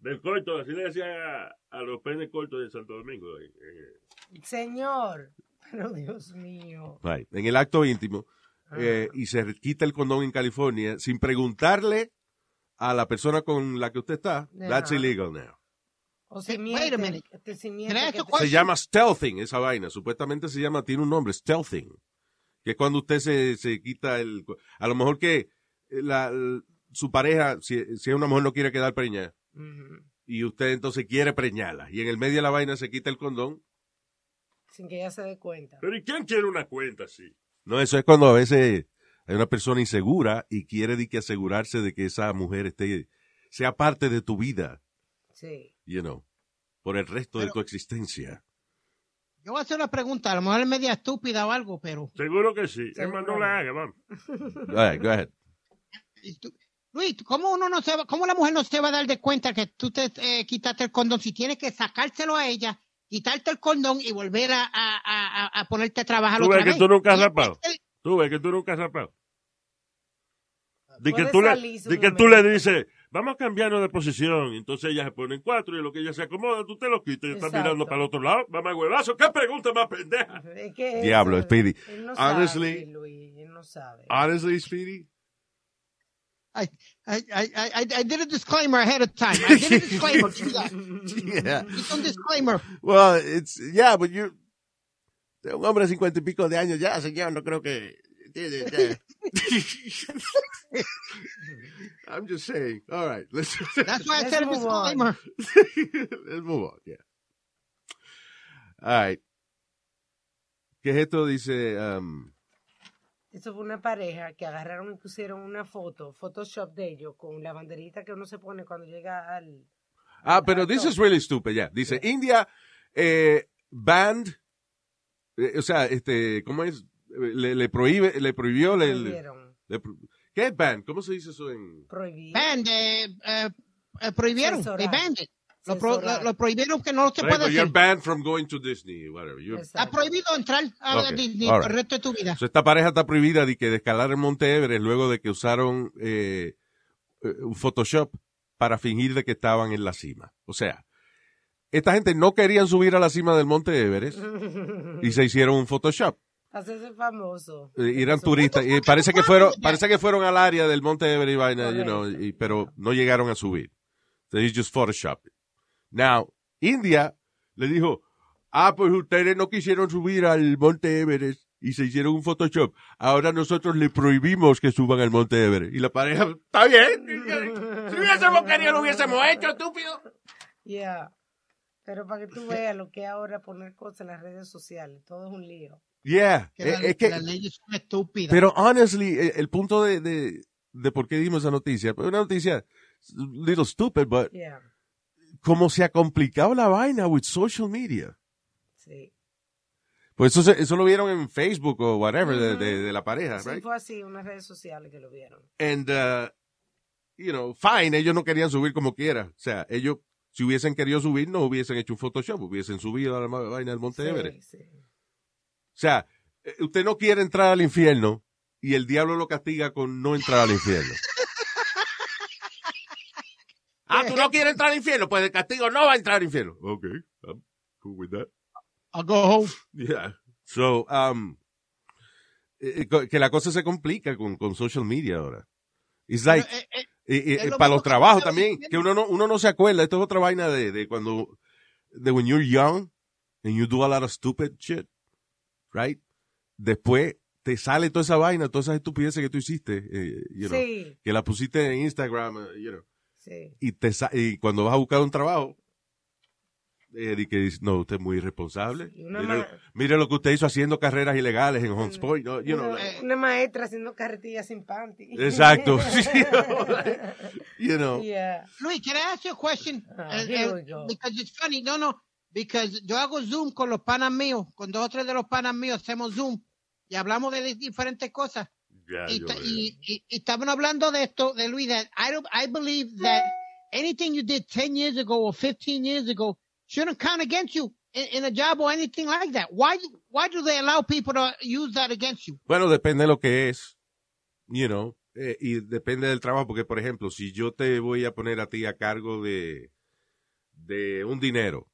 Speaker 6: Del corto, así le decía a, a los penes cortos de Santo Domingo. eh, eh.
Speaker 5: Señor, pero Dios mío.
Speaker 4: Right. en el acto íntimo,
Speaker 5: Ah.
Speaker 4: eh, y se quita el condón en California sin preguntarle a la persona con la que usted está,
Speaker 5: Ajá.
Speaker 4: that's illegal now.
Speaker 5: O si
Speaker 7: Wait a
Speaker 5: miente,
Speaker 7: minute.
Speaker 5: te- si miente
Speaker 7: Can I
Speaker 5: que
Speaker 7: ask a
Speaker 5: te-
Speaker 4: Se llama stealthing esa vaina, supuestamente se llama, tiene un nombre, stealthing, que es cuando usted se, se quita el... co- A lo mejor que eh, la- su pareja, si, si es una mujer no quiere quedar preñada,
Speaker 5: Ujú.
Speaker 4: y usted entonces quiere preñarla, y en el medio de la vaina se quita el condón,
Speaker 5: Sin que ella se dé cuenta.
Speaker 6: Pero ¿y quién quiere una cuenta así?
Speaker 4: No, eso es cuando a veces hay una persona insegura y quiere de que asegurarse de que esa mujer esté sea parte de tu vida,
Speaker 5: Sí.
Speaker 4: you know, por el resto de tu existencia.
Speaker 7: Yo voy a hacer una pregunta, a lo mejor es media estúpida o algo, pero.
Speaker 6: Seguro que sí. Es más,
Speaker 5: Seguro.
Speaker 6: no la haga, vamos.
Speaker 4: All right, go ahead.
Speaker 7: Y tú- Luis, ¿cómo uno no se va, cómo la mujer no se va a dar de cuenta que tú te eh, quitaste el condón si tienes que sacárselo a ella, quitarte el condón y volver a, a- a- a- a ponerte a trabajar
Speaker 6: Tú
Speaker 7: otra
Speaker 6: ves que
Speaker 7: vez?
Speaker 6: tú nunca has
Speaker 7: Ella
Speaker 6: rapado.
Speaker 7: puede ser-
Speaker 6: Tú ves que tú nunca has rapado. De que,
Speaker 5: Ah, Puede
Speaker 6: tú le,
Speaker 5: salir su
Speaker 6: de que tú le
Speaker 5: momento.
Speaker 6: dices, vamos a cambiarnos de posición. Entonces ella se pone en cuatro y lo que ella se acomoda, tú te lo quitas y estás
Speaker 5: Exacto.
Speaker 6: mirando para el otro lado. Mamá huevazo, ¿qué pregunta más pendeja?
Speaker 5: Es que
Speaker 4: Diablo,
Speaker 5: eso-
Speaker 4: Speedy.
Speaker 5: Él no
Speaker 4: Honestly- ah.
Speaker 5: sabe, Luis, él no sabe.
Speaker 4: Honestly, Speedy.
Speaker 7: I, I- I- I- I did a disclaimer ahead of time. I did a disclaimer. Do that.
Speaker 4: Yeah.
Speaker 7: It's a disclaimer.
Speaker 4: Well, it's yeah, but you un hombre de cincuenta y pico de años ya, señor, no creo que I'm just saying. All right, let's
Speaker 7: That's why I
Speaker 5: Let's
Speaker 7: said a
Speaker 5: move on.
Speaker 7: disclaimer.
Speaker 4: Let's move on, yeah. All right. ¿Qué es esto? Dice, um,
Speaker 5: Eso fue una pareja que agarraron y pusieron una foto, Photoshop de ellos, con la banderita que uno se pone cuando llega al...
Speaker 4: ah, pero this is really stupid, ya. Dice, India eh, banned, eh, o sea, este, ¿cómo es? Le, le prohíbe, le prohibió, le, le-
Speaker 5: prohibieron.
Speaker 4: le pro- ¿qué es ban? ¿Cómo se dice eso en?
Speaker 5: Prohibir.
Speaker 7: Band, eh, eh, eh, prohibieron.
Speaker 5: Censurar.
Speaker 7: They banned it. Lo, pro-
Speaker 5: Censurar.
Speaker 7: lo- lo prohibieron que no se
Speaker 4: Right,
Speaker 7: puede
Speaker 4: but you're
Speaker 7: hacer.
Speaker 4: banned from going to Disney, whatever. You're-
Speaker 5: Exacto.
Speaker 7: Está prohibido entrar a
Speaker 4: Ok,
Speaker 7: Disney
Speaker 4: all right.
Speaker 7: por el resto de tu vida.
Speaker 4: So, esta pareja está prohibida de que de escalar el Monte Everest luego de que usaron eh, eh, un Photoshop para fingir de que estaban en la cima. O sea, esta gente no querían subir a la cima del Monte Everest y se hicieron un Photoshop.
Speaker 5: Hacerse famoso.
Speaker 4: Eh, y eran
Speaker 5: Eso.
Speaker 4: turistas y parece que fueron parece que fueron al área del Monte Everest y vaina, you know,
Speaker 5: Correcto.
Speaker 4: y- pero no llegaron a subir. So it's just Photoshop. Now, India le dijo, "Ah, pues ustedes no quisieron subir al Monte Everest y se hicieron un Photoshop. Ahora nosotros le prohibimos que suban al Monte Everest." Y la pareja, "Está bien. Si hubiésemos querido lo hubiésemos hecho, estúpido."
Speaker 5: Yeah. Pero para que tú veas lo que es ahora poner cosas en las redes sociales, todo es un lío.
Speaker 4: Yeah,
Speaker 7: Que
Speaker 4: eh,
Speaker 7: la-
Speaker 4: es que
Speaker 7: las leyes son estúpidas.
Speaker 4: Pero honestly, eh, el punto de, de, de por qué dimos esa noticia, pues, una noticia little stupid, but
Speaker 5: Yeah.
Speaker 4: cómo se ha complicado la vaina with social media.
Speaker 5: Sí.
Speaker 4: Pues eso, se- eso lo vieron en Facebook o whatever de, de- de la pareja,
Speaker 5: Sí,
Speaker 4: right?
Speaker 5: fue así, unas redes sociales que lo vieron.
Speaker 4: And, uh, you know, fine, ellos no querían subir como quiera. O sea, ellos, si hubiesen querido subir, no hubiesen hecho un Photoshop, hubiesen subido a la ma- vaina del Monte Everest.
Speaker 5: Sí, sí.
Speaker 4: O sea, eh, usted no quiere entrar al infierno y el diablo lo castiga con no entrar al infierno. ah, tú no quieres entrar al infierno, pues el castigo no va a entrar al infierno. Ok, I'm cool with that.
Speaker 7: I'll go home.
Speaker 4: Yeah. So, um, eh, eh, co- que la cosa se complica con, con social media ahora. It's like,
Speaker 7: Pero, eh, eh,
Speaker 4: eh, eh,
Speaker 7: es lo
Speaker 4: para
Speaker 7: mismo
Speaker 4: los
Speaker 7: que
Speaker 4: trabajos
Speaker 7: pasaba
Speaker 4: también,
Speaker 7: diciendo.
Speaker 4: que uno no, uno no se acuerda. Esto es otra vaina de, de cuando, de when you're young and you do a lot of stupid shit, right? Después te sale toda esa vaina, todas esas estupideces que tú hiciste, eh, you know,
Speaker 5: Sí,
Speaker 4: que la pusiste en Instagram, eh, you know,
Speaker 5: sí.
Speaker 4: y, te sa- y cuando vas a buscar un trabajo, eh, di que dice, no, usted es muy irresponsable.
Speaker 5: Y una
Speaker 4: Mire,
Speaker 5: ma-
Speaker 4: mire lo que usted hizo haciendo carreras ilegales en Hunts Point. ¿no? You know,
Speaker 5: una,
Speaker 4: like-
Speaker 5: una maestra haciendo carretillas sin panty.
Speaker 4: exacto. you know, like, you know.
Speaker 5: Yeah.
Speaker 7: Luis, can I ask you a question?
Speaker 5: Ah,
Speaker 7: El-
Speaker 5: here
Speaker 7: el-
Speaker 5: we go.
Speaker 7: Because it's funny. No, no. Because yo hago Zoom con los panas míos. Con dos o tres de los panas míos hacemos Zoom. Y hablamos de di- diferentes cosas.
Speaker 6: Ya,
Speaker 7: y,
Speaker 6: yo
Speaker 7: ta-
Speaker 6: veo.
Speaker 7: y, y- y estaban hablando de esto, de Luis, that I, don't, I believe that anything you did 10 years ago or 15 years ago shouldn't count against you in, in a job or anything like that. Why, why do they allow people to use that against you?
Speaker 4: Bueno, depende de lo que es, you know, eh, y depende del trabajo, porque por ejemplo, si yo te voy a poner a ti a cargo de, de un dinero,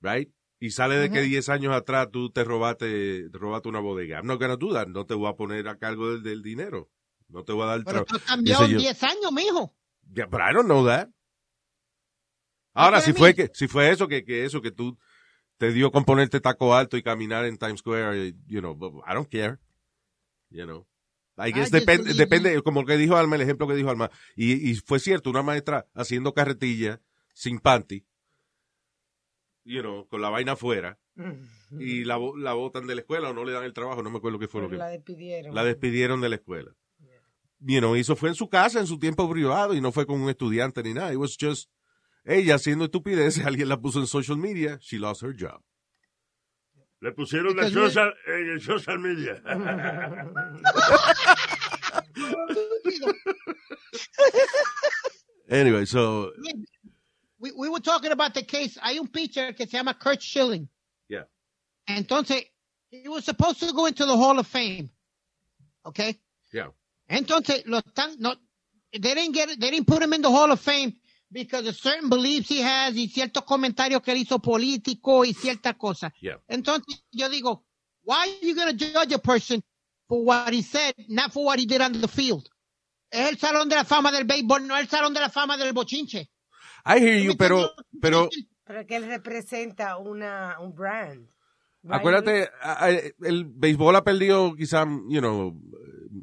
Speaker 4: right? Y sale de que 10 años atrás tú te robaste, te robaste una bodega. I'm not gonna do that. No te voy a poner a cargo del, del dinero. No te voy a dar el
Speaker 7: Pero
Speaker 4: trabajo.
Speaker 7: tú has cambiado en
Speaker 4: yo.
Speaker 7: 10 años, mijo.
Speaker 4: Yeah, but I don't know that. Ahora,
Speaker 7: That's
Speaker 4: si
Speaker 7: what I
Speaker 4: fue, que, si fue eso, que, que eso, que tú te dio con ponerte taco alto y caminar en Times Square, eh, you know, but I don't care. You know. I guess
Speaker 7: just
Speaker 4: depende,
Speaker 7: believe
Speaker 4: depende, como que dijo Alma, el ejemplo que dijo Alma. Y, y fue cierto, una maestra haciendo carretilla, sin panty, you know, con la vaina afuera, y la, bo- la botan de la escuela o no le dan el trabajo, no me acuerdo qué fue lo
Speaker 5: Pero
Speaker 4: que...
Speaker 5: la despidieron.
Speaker 4: La despidieron de la escuela. You know, y eso fue en su casa, en su tiempo privado, y no fue con un estudiante ni nada. It was just ella haciendo estupideces. Alguien la puso en social media. She lost her job.
Speaker 6: Le pusieron la
Speaker 7: Because-
Speaker 6: social, en el social media.
Speaker 4: Anyway, so,
Speaker 7: We, we were talking about the case. Hay un pitcher que se llama Kurt Schilling.
Speaker 4: yeah.
Speaker 7: Entonces, he was supposed to go into the Hall of Fame. Okay?
Speaker 4: Yeah.
Speaker 7: Entonces, lo están, no, they didn't get, it- they didn't put him in the Hall of Fame because of certain beliefs he has y ciertos comentarios que él hizo político y ciertas cosas.
Speaker 4: Yeah.
Speaker 7: Entonces, yo digo, why are you going to judge a person for what he said, not for what he did on the field? Es el salón de la fama del béisbol, no el salón de la fama del bochinche.
Speaker 4: I hear you, pero, pero,
Speaker 5: Pero que él representa una, un brand. Right, Luis?
Speaker 4: acuérdate, a- a- el béisbol ha perdido quizá, you know,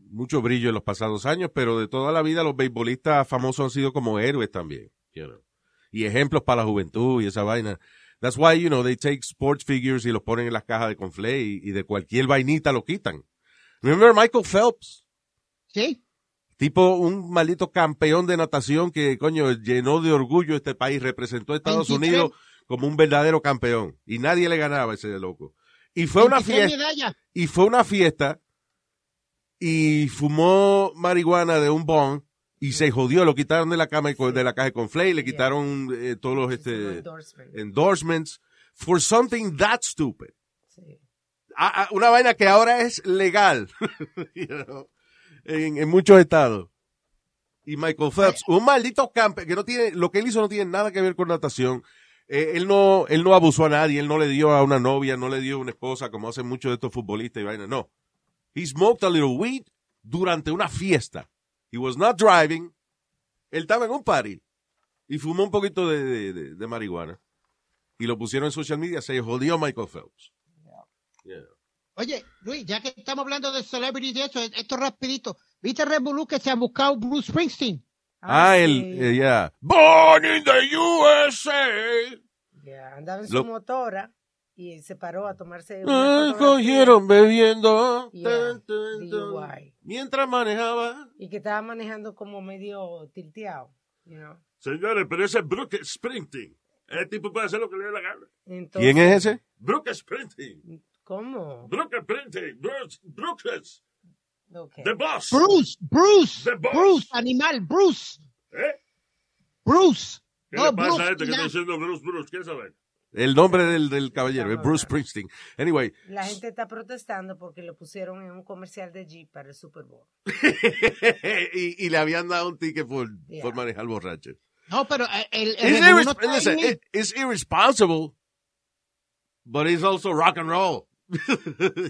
Speaker 4: mucho brillo en los pasados años, pero de toda la vida los beisbolistas famosos han sido como héroes también, you know. Y ejemplos para la juventud y esa vaina. That's why, you know, they take sports figures y los ponen en las cajas de conflé y, y de cualquier vainita lo quitan. Remember Michael Phelps?
Speaker 7: Sí.
Speaker 4: Tipo un maldito campeón de natación que, coño, llenó de orgullo este país, representó a Estados
Speaker 7: 23.
Speaker 4: Unidos como un verdadero campeón. Y nadie le ganaba a ese loco. Y fue una
Speaker 7: 23
Speaker 4: fiesta,
Speaker 7: medallas.
Speaker 4: y fue una fiesta, y fumó marihuana de un bong, y se jodió, lo quitaron de la cama y co- de la caja con Flay, le
Speaker 5: Yeah.
Speaker 4: quitaron eh, todos los
Speaker 5: Es un
Speaker 4: este,
Speaker 5: endorsement,
Speaker 4: endorsements for something that stupid.
Speaker 5: sí.
Speaker 4: A- a- Ah, una vaina que ahora es legal you know, en, en muchos estados. Y Michael Phelps, un maldito campeón que no tiene, lo que él hizo no tiene nada que ver con natación. Eh, él no, él no abusó a nadie, él no le dio a una novia, no le dio a una esposa, como hacen muchos de estos futbolistas y vaina. No. He smoked a little weed durante una fiesta. He was not driving. Él estaba en un party y fumó un poquito de, de- de- de marihuana. Y lo pusieron en social media, se jodió Michael Phelps. Yeah.
Speaker 7: Oye, Luis, ya que estamos hablando de celebrities y eso, esto rapidito. ¿Viste Revolú que se ha buscado Bruce Springsteen?
Speaker 4: Ah, el,
Speaker 5: sí.
Speaker 4: eh, yeah. Born in the USA.
Speaker 5: Yeah, Andaba en su
Speaker 4: Lo-
Speaker 5: motora y se paró a tomarse
Speaker 4: Me
Speaker 5: una fotografía
Speaker 4: cogieron bebiendo.
Speaker 5: Yeah,
Speaker 4: Tan, tan, tan.
Speaker 5: DUI.
Speaker 4: Mientras manejaba.
Speaker 5: y que estaba manejando como medio tilteado. You know?
Speaker 6: Señores, pero ese es Brooke Sprinting. El tipo puede hacer lo que le dé la gana.
Speaker 5: Entonces,
Speaker 4: ¿Quién es ese?
Speaker 6: Brooke Sprinting.
Speaker 7: Mm.
Speaker 5: ¿Cómo?
Speaker 6: Brooke Sprinting. Brooke, Brooke,
Speaker 5: Okay.
Speaker 6: the boss.
Speaker 7: Bruce, Bruce,
Speaker 6: The boss.
Speaker 7: Bruce, animal, Bruce,
Speaker 6: ¿Eh?
Speaker 7: Bruce.
Speaker 6: ¿Qué
Speaker 7: No,
Speaker 6: le pasa a
Speaker 7: Bruce,
Speaker 6: este que
Speaker 7: ya.
Speaker 6: está diciendo Bruce, Bruce? ¿Qué sabe?
Speaker 4: El nombre del, del caballero es Bruce Springsteen. Anyway,
Speaker 5: La gente está protestando porque lo pusieron en un comercial de Jeep para el Super Bowl.
Speaker 4: y, y le habían dado un ticket por,
Speaker 5: Yeah.
Speaker 4: por manejar borracho.
Speaker 7: No, pero eh, el, el
Speaker 4: It's,
Speaker 7: Revolú
Speaker 4: irres-
Speaker 7: no está
Speaker 4: listen, eh.
Speaker 7: ahí.
Speaker 4: it- it's irresponsible, but it's also rock and roll.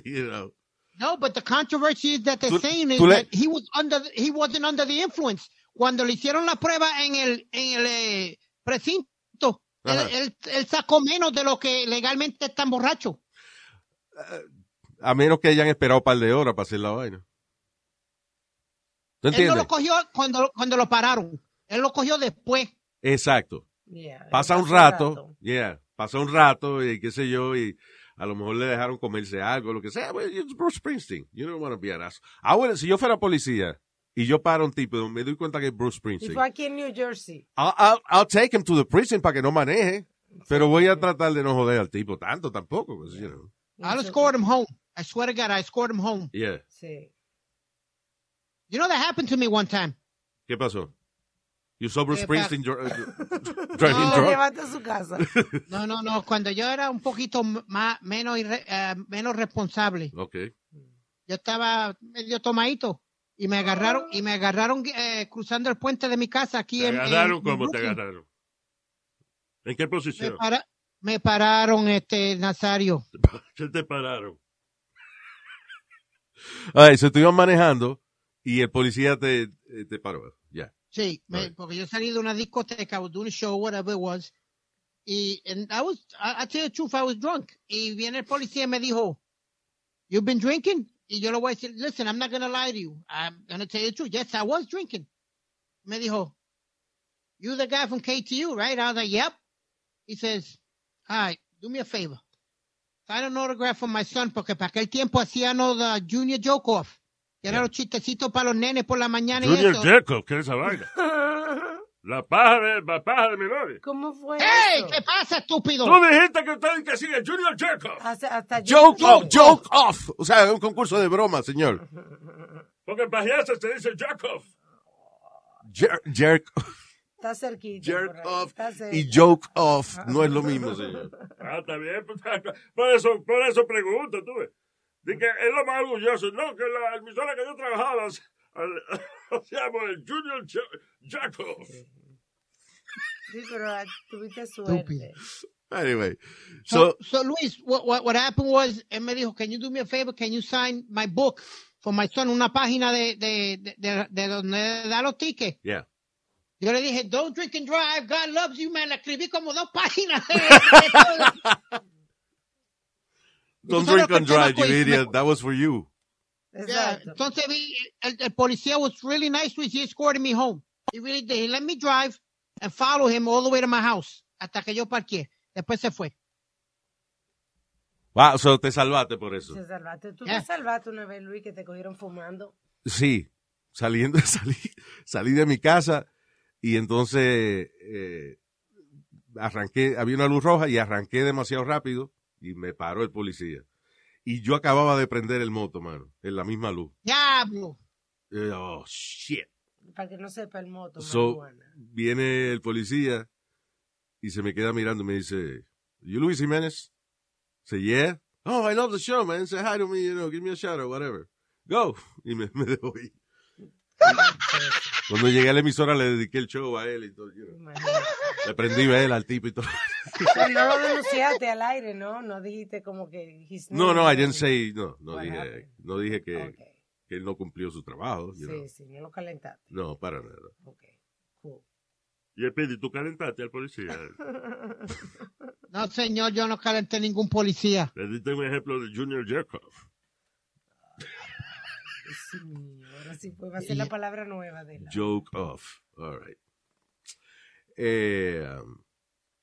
Speaker 4: you know.
Speaker 7: No, but the controversy is that they're
Speaker 4: Tú-
Speaker 7: saying is
Speaker 4: tú le-
Speaker 7: that he was under, he wasn't under the influence. Cuando le hicieron la prueba en el, en el eh, precinto, él,
Speaker 4: Ajá.
Speaker 7: él- él sacó menos de lo que legalmente están borracho.
Speaker 4: A menos que hayan esperado un par de horas para hacer la vaina. ¿Tú
Speaker 7: Él no
Speaker 4: entiendes?
Speaker 7: lo cogió cuando, cuando lo pararon. Él lo cogió después.
Speaker 4: Exacto.
Speaker 5: Yeah,
Speaker 4: Pasa un
Speaker 5: pasó
Speaker 4: rato, yeah, pasó un rato y qué sé yo, y a lo mejor le dejaron comerse algo, lo que sea. Well, it's Bruce Springsteen. You don't want to be an asshole. Ah, bueno, si yo fuera policía y yo paro a un tipo, me doy cuenta que es Bruce
Speaker 5: Y
Speaker 4: Springsteen.
Speaker 5: fue aquí en New Jersey.
Speaker 4: I'll, I'll- I'll take him to the prison para que no maneje. Pero voy a tratar de no joder al tipo tanto tampoco. 'cause, you know.
Speaker 7: I'll
Speaker 5: Eso-
Speaker 7: escort him home. I swear to God, I escort him home.
Speaker 4: Yeah.
Speaker 5: Sí.
Speaker 7: You know that happened to me one time.
Speaker 4: ¿Qué pasó? You saw Bruce
Speaker 7: Eh,
Speaker 4: Springsteen uh, dr- dr- driving
Speaker 7: No,
Speaker 5: Lo
Speaker 4: drunk?
Speaker 5: llevaste a su casa.
Speaker 7: No, no, no. Cuando yo era un poquito más, menos, irre- eh, menos responsable,
Speaker 4: Okay.
Speaker 7: yo estaba medio tomadito y me agarraron y me agarraron eh, cruzando el puente de mi casa aquí
Speaker 6: Te
Speaker 7: en, en-
Speaker 6: agarraron
Speaker 7: en
Speaker 6: como te
Speaker 7: Brooklyn.
Speaker 6: agarraron. ¿En qué
Speaker 7: Me,
Speaker 6: posición?
Speaker 7: para- me pararon este Nazario.
Speaker 6: Se te pararon.
Speaker 4: All right, so tú ibas manejando y el policía te, eh, te paró. Ya.
Speaker 7: Sí, me-
Speaker 4: Right.
Speaker 7: porque yo salí de una discoteca, de un show, whatever it was, y and I was, I, I tell you the truth, I was drunk. Y viene el policía y me dijo, "You've been drinking." Y yo le voy a decir, "Listen, I'm not gonna lie to you. I'm gonna tell you the truth. Yes, I was drinking." Me dijo, "You the guy from KTU, right?" I was like, "Yep." He says, "All right, do me a favor. Sign an autograph for my son, porque para aquel tiempo hacían lo de Junior Joke Off, que eran los chistecitos para los nenes por la mañana y
Speaker 6: Junior
Speaker 7: eso."
Speaker 6: Jacob, ¿qué es esa vaina? La paja de, la paja de menores.
Speaker 5: ¿Cómo fue
Speaker 7: ¡Ey!
Speaker 5: eso?
Speaker 7: ¿Qué pasa, estúpido?
Speaker 6: Tú dijiste que ustedes que sigue Junior Jacob.
Speaker 5: Hasta, hasta yo
Speaker 4: Joke
Speaker 5: no
Speaker 4: off, joke off. O sea, un concurso de broma, señor.
Speaker 6: Porque en pajearse se dice Jacob.
Speaker 4: Jer- jerk,
Speaker 5: Está cerquita.
Speaker 4: jerk
Speaker 5: por ahí,
Speaker 4: off
Speaker 5: Está cerca.
Speaker 4: y joke off no es lo mismo, señor.
Speaker 6: Ah, está bien. pues, Por eso, por eso pregunto, tú ves. De que es lo más orgulloso. No, que la emisora que yo trabajaba se- al- hacíamos el Junior Ja- Jacob.
Speaker 5: Sí, pero ah, tuviste suerte.
Speaker 4: Anyway, so
Speaker 7: so, so, Luis, what, what, what happened was, él me dijo, can you do me a favor? Can you sign my book for my son? Una página de, de, de, de, de donde da los tickets.
Speaker 4: yeah.
Speaker 7: Yo le dije, don't drink and drive, God loves you, man. La escribí como dos páginas. de-
Speaker 4: Don't
Speaker 7: Tú sabes
Speaker 4: drink
Speaker 7: lo que
Speaker 4: and drive,
Speaker 7: chamaco
Speaker 5: pues,
Speaker 4: you
Speaker 7: hizo,
Speaker 4: idiot.
Speaker 7: me-
Speaker 4: That was for you.
Speaker 7: Yeah,
Speaker 5: Exacto.
Speaker 7: Entonces vi, el, el policía was really nice to me. He escorted me home. He really did. He let me drive and follow him all the way to my house. Hasta que yo parqué. Después se fue.
Speaker 4: Wow, so te salvaste por eso.
Speaker 5: Te salvaste. Tú
Speaker 7: Yeah.
Speaker 5: te salvaste una vez, Luis, que te cogieron fumando.
Speaker 4: Sí, saliendo, salí, salí de mi casa y entonces eh, arranqué, había una luz roja y arranqué demasiado rápido y me paró el policía. Y yo acababa de prender el moto, mano, en la misma luz.
Speaker 7: Diablo.
Speaker 4: Eh, Oh, shit.
Speaker 5: Para que no sepa el moto,
Speaker 4: So,
Speaker 5: marihuana.
Speaker 4: viene el policía y se me queda mirando y me dice, ¿You Luis Jiménez? Say, yeah. Oh, I love the show, man. Say hi to me, you know, give me a shout out, whatever. Go. Y me, me dejó ir.
Speaker 5: Pues,
Speaker 4: Cuando llegué a la emisora le dediqué el show a él y todo. you know.
Speaker 5: Imagínate.
Speaker 4: Le prendí vela al tipo y todo.
Speaker 5: Pero no lo denunciaste al aire, ¿no? No dijiste como que... his
Speaker 4: No,
Speaker 5: name
Speaker 4: no, I
Speaker 5: or-
Speaker 4: didn't say, no, no
Speaker 5: What
Speaker 4: dije,
Speaker 5: happened?
Speaker 4: no dije que,
Speaker 5: Ok.
Speaker 4: que él no cumplió su trabajo. you know.
Speaker 5: Sí, sí, no lo calentaste.
Speaker 4: No, para nada.
Speaker 5: Ok, cool.
Speaker 6: Y el pidi, tú calentaste al policía.
Speaker 7: No, señor, yo no calenté ningún policía.
Speaker 6: Le diste un ejemplo de Junior Jacob.
Speaker 5: Dios mío, ahora sí pues, va a ser la palabra nueva de la...
Speaker 4: Joke off. All right. Eh, um,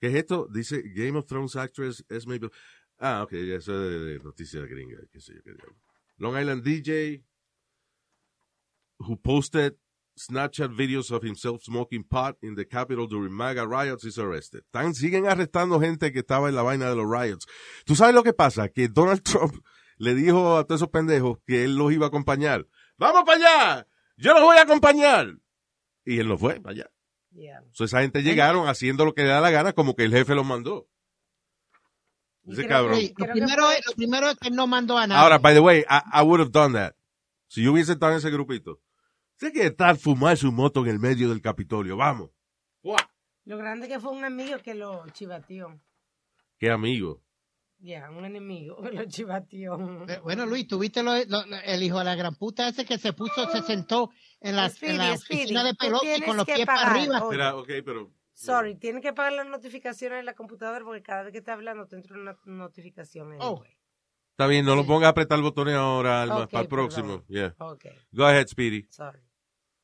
Speaker 4: ¿Qué es esto? Dice Game of Thrones actress Esme. Bl- Ah, ok, ya, eso es de, de noticias gringas. Qué sé yo, qué diablo. Long Island DJ, who posted Snapchat videos of himself smoking pot in the capital during MAGA riots, is arrested. Tan, siguen arrestando gente que estaba en la vaina de los riots. ¿Tú sabes lo que pasa? Que Donald Trump le dijo a todos esos pendejos que él los iba a acompañar. ¡Vamos para allá! ¡Yo los voy a acompañar! Y él no fue para allá.
Speaker 5: Yeah.
Speaker 4: So, esa gente llegaron haciendo lo que le da la gana, como que el jefe los mandó.
Speaker 5: Y
Speaker 4: Ese
Speaker 5: creo
Speaker 4: cabrón.
Speaker 7: Sí, lo,
Speaker 5: Creo que
Speaker 7: primero
Speaker 5: fue-
Speaker 7: es, lo primero es que él no mandó a nadie.
Speaker 4: Ahora, by the way, I, I would have done that. Si yo hubiese estado en ese grupito. Sé que tal fumar su moto en el medio del Capitolio, vamos.
Speaker 5: Lo grande que fue un amigo que lo chivateó.
Speaker 4: Qué amigo.
Speaker 5: Ya, un enemigo que lo chivateó.
Speaker 7: Eh, bueno, Luis, tuviste lo- lo- lo- el hijo de la gran puta ese que se puso, se sentó en la, en la
Speaker 5: Speedy, Speedy,
Speaker 7: oficina de
Speaker 5: tú
Speaker 7: pelota y
Speaker 5: tienes
Speaker 7: con los
Speaker 5: que
Speaker 7: pies para
Speaker 5: pagar.
Speaker 7: arriba.
Speaker 5: Oye,
Speaker 4: Espera, ok, pero.
Speaker 5: Sorry, tiene que pagar las notificaciones en la computadora porque cada vez que está hablando te entra una notificación.
Speaker 7: Oh.
Speaker 5: anyway.
Speaker 4: Está bien, no lo pongas a apretar botones ahora, Alma,
Speaker 5: Ok,
Speaker 4: para el
Speaker 5: perdón.
Speaker 4: próximo. Yeah.
Speaker 5: Ok,
Speaker 4: Go ahead, Speedy.
Speaker 5: sorry.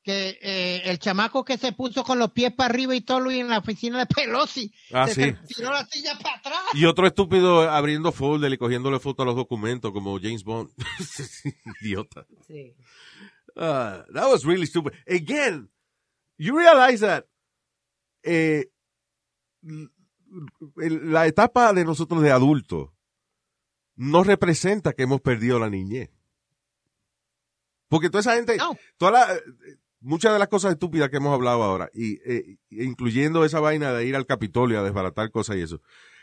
Speaker 7: Que que eh, el chamaco que se puso con los pies para arriba y todo Luis en la oficina de Pelosi
Speaker 4: Ah,
Speaker 7: se,
Speaker 4: sí.
Speaker 7: se tiró la silla para atrás.
Speaker 4: Y otro estúpido abriendo folder y cogiéndole foto a los documentos como James Bond. Idiota.
Speaker 5: Sí.
Speaker 4: Ah, that was really stupid. Again, you realize that eh, l- el- la etapa de nosotros de adultos no representa que hemos perdido la niñez. Porque toda esa gente,
Speaker 7: No.
Speaker 4: toda la- eh, muchas de las cosas estúpidas que hemos hablado ahora, y, eh, incluyendo esa vaina de ir al Capitolio a desbaratar cosas y eso,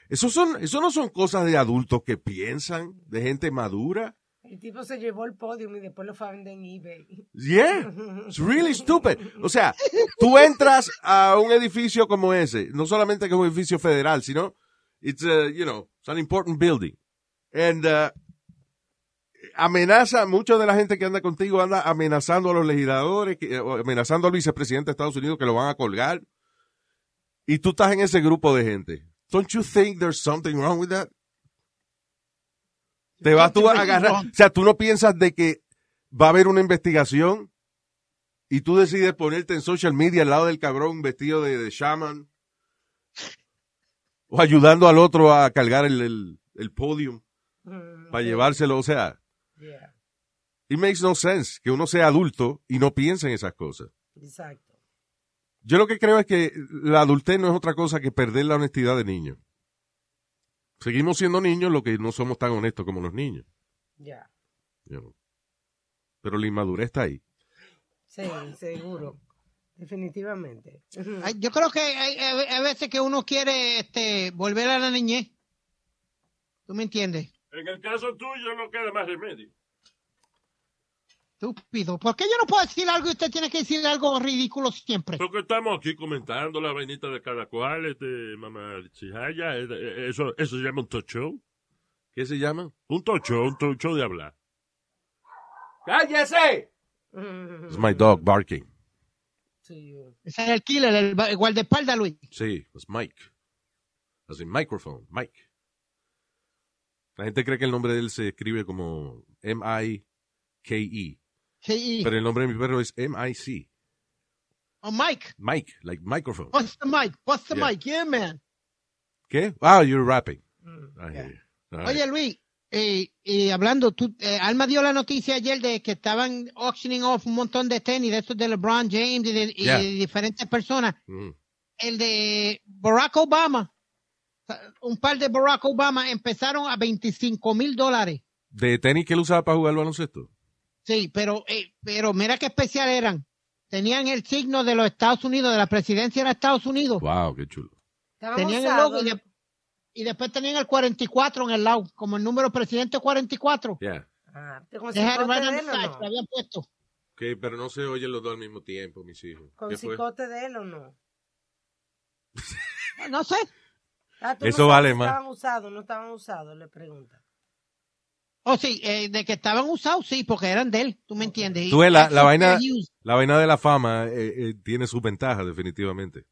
Speaker 4: eso, son, eso no son cosas de adultos que piensan, de gente madura.
Speaker 5: El tipo se llevó el podium y después lo fue a vender en eBay.
Speaker 4: Yeah, it's really stupid. O sea, tú entras a un edificio como ese, no solamente que es un edificio federal, sino it's a, you know, it's an important building. And uh, amenaza, mucha de la gente que anda contigo anda amenazando a los legisladores, que- o amenazando al vicepresidente de Estados Unidos que lo van a colgar. Y tú estás en ese grupo de gente. Don't you think there's something wrong with that? Te vas tú a agarrar, o sea, tú no piensas de que va a haber una investigación y tú decides ponerte en social media al lado del cabrón vestido de, de shaman o ayudando al otro a cargar el, el, el podium
Speaker 5: Mm,
Speaker 4: para
Speaker 5: sí,
Speaker 4: llevárselo. O sea,
Speaker 5: yeah,
Speaker 4: it makes no sense que uno sea adulto y no piense en esas cosas.
Speaker 5: Exacto.
Speaker 4: Yo lo que creo es que la adultez no es otra cosa que perder la honestidad de niño. Seguimos siendo niños, lo que no somos tan honestos como los niños.
Speaker 5: Ya.
Speaker 4: you know. Pero la inmadurez está ahí.
Speaker 5: Sí, seguro. Definitivamente.
Speaker 7: Ay, Yo creo que hay, hay- hay veces que uno quiere este, volver a la niñez. ¿Tú me entiendes?
Speaker 6: En el caso tuyo no queda más remedio.
Speaker 7: Estúpido. ¿Por qué yo no puedo decir algo y usted tiene que decir algo ridículo siempre?
Speaker 6: Porque estamos aquí comentando la vainita de cada cual, este, mamá Chihaya, eh, eh, eso, eso se llama un talk show.
Speaker 4: ¿Qué se llama?
Speaker 6: Un talk show, un talk show de hablar.
Speaker 4: It's my dog barking.
Speaker 5: Sí, eh,
Speaker 7: Ese es el killer, el, ba- el guardaespaldas, Luis.
Speaker 4: Sí, es Mike. Así, microphone, Mike. La gente cree que el nombre de él se escribe como M-I-K-E.
Speaker 7: Sí.
Speaker 4: E, Pero el nombre de mi perro es M-I-C.
Speaker 7: Oh, Mike.
Speaker 4: Mike, like microphone.
Speaker 7: What's the mic? What's the
Speaker 4: Yeah.
Speaker 7: mic? Yeah, man.
Speaker 4: ¿Qué? Ah, you're rapping.
Speaker 5: mm,
Speaker 4: I hear you. All right.
Speaker 7: Oye, Luis, eh, y hablando, tú, eh, Alma dio la noticia ayer de que estaban auctioning off un montón de tenis, de estos de LeBron James y de, y
Speaker 4: Yeah.
Speaker 7: de diferentes personas.
Speaker 4: Mm.
Speaker 7: El de Barack Obama, un par de Barack Obama empezaron a 25 mil dólares.
Speaker 4: ¿De tenis que él usaba para jugar al baloncesto?
Speaker 7: Sí, pero, eh, pero mira qué especial eran. Tenían el signo de los Estados Unidos, de la presidencia de los Estados Unidos.
Speaker 4: Wow, qué chulo.
Speaker 5: Estaban
Speaker 7: Tenían el
Speaker 5: usados,
Speaker 7: logo y, de- y después tenían el 44 en el lado, como el número presidente 44.
Speaker 4: Yeah.
Speaker 5: Ah, ¿Con
Speaker 7: Dejar
Speaker 5: cicote
Speaker 7: right on
Speaker 5: de
Speaker 7: the
Speaker 5: él o
Speaker 7: side, ah, lo
Speaker 5: no?
Speaker 7: habían puesto.
Speaker 4: Ok, pero no se oyen los dos al mismo tiempo, mis hijos.
Speaker 5: ¿Con
Speaker 4: ¿Qué fue?
Speaker 5: cicote de él o no?
Speaker 7: No sé.
Speaker 5: Ah, tú
Speaker 4: Eso
Speaker 5: no sabes
Speaker 4: vale
Speaker 5: si
Speaker 4: más.
Speaker 5: Estaban usados, no estaban usados, le pregunta.
Speaker 7: Oh, sí, eh, de que estaban usados, sí, porque eran de él, tú me entiendes.
Speaker 4: Tú ves, la- la vaina-
Speaker 7: Used.
Speaker 4: La vaina de la fama eh, eh, tiene sus ventajas, definitivamente.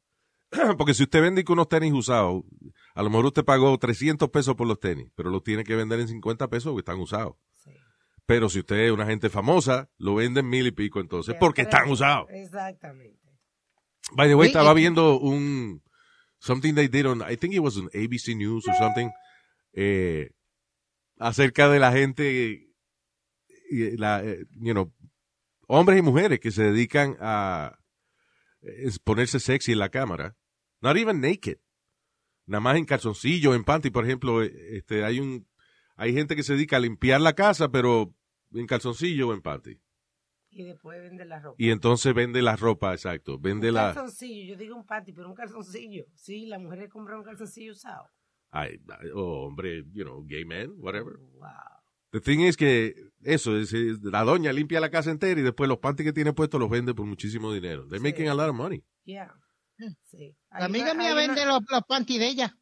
Speaker 4: Porque si usted vende con unos tenis usados, a lo mejor usted pagó 300 pesos por los tenis, pero los tiene que vender en 50 pesos porque están usados.
Speaker 5: Sí.
Speaker 4: Pero si usted es una gente famosa, lo venden mil y pico entonces
Speaker 5: Ya,
Speaker 4: porque
Speaker 5: pero-
Speaker 4: están usados.
Speaker 5: Exactamente.
Speaker 4: By the way,
Speaker 7: Sí,
Speaker 4: estaba
Speaker 7: y-
Speaker 4: viendo un something they did on I think it was on ABC News or something eh, acerca de la gente y la eh, you know, hombres y mujeres que se dedican a eh, ponerse sexy en la cámara, not even naked. Nada más en calzoncillo, en panty, por ejemplo, eh, este hay un hay gente que se dedica a limpiar la casa pero en calzoncillo o en panty.
Speaker 5: Y después vende la ropa.
Speaker 4: Y entonces vende la ropa, exacto, vende
Speaker 5: un
Speaker 4: la
Speaker 5: calzoncillo, yo digo un panty, pero un calzoncillo. Sí, las mujeres compran un calzoncillo usado.
Speaker 4: Ay, ay, oh, hombre, you know, gay man, whatever.
Speaker 5: Wow.
Speaker 4: The thing is que eso, es, es- la doña limpia la casa entera y después los panties que tiene puestos los vende por muchísimo dinero. They're
Speaker 5: Sí.
Speaker 4: making a lot of money.
Speaker 5: Yeah. Sí.
Speaker 7: Mm. La
Speaker 5: Hay
Speaker 7: amiga
Speaker 5: una-
Speaker 7: mía
Speaker 5: hay
Speaker 7: vende
Speaker 5: una-
Speaker 7: los, los panties de ella,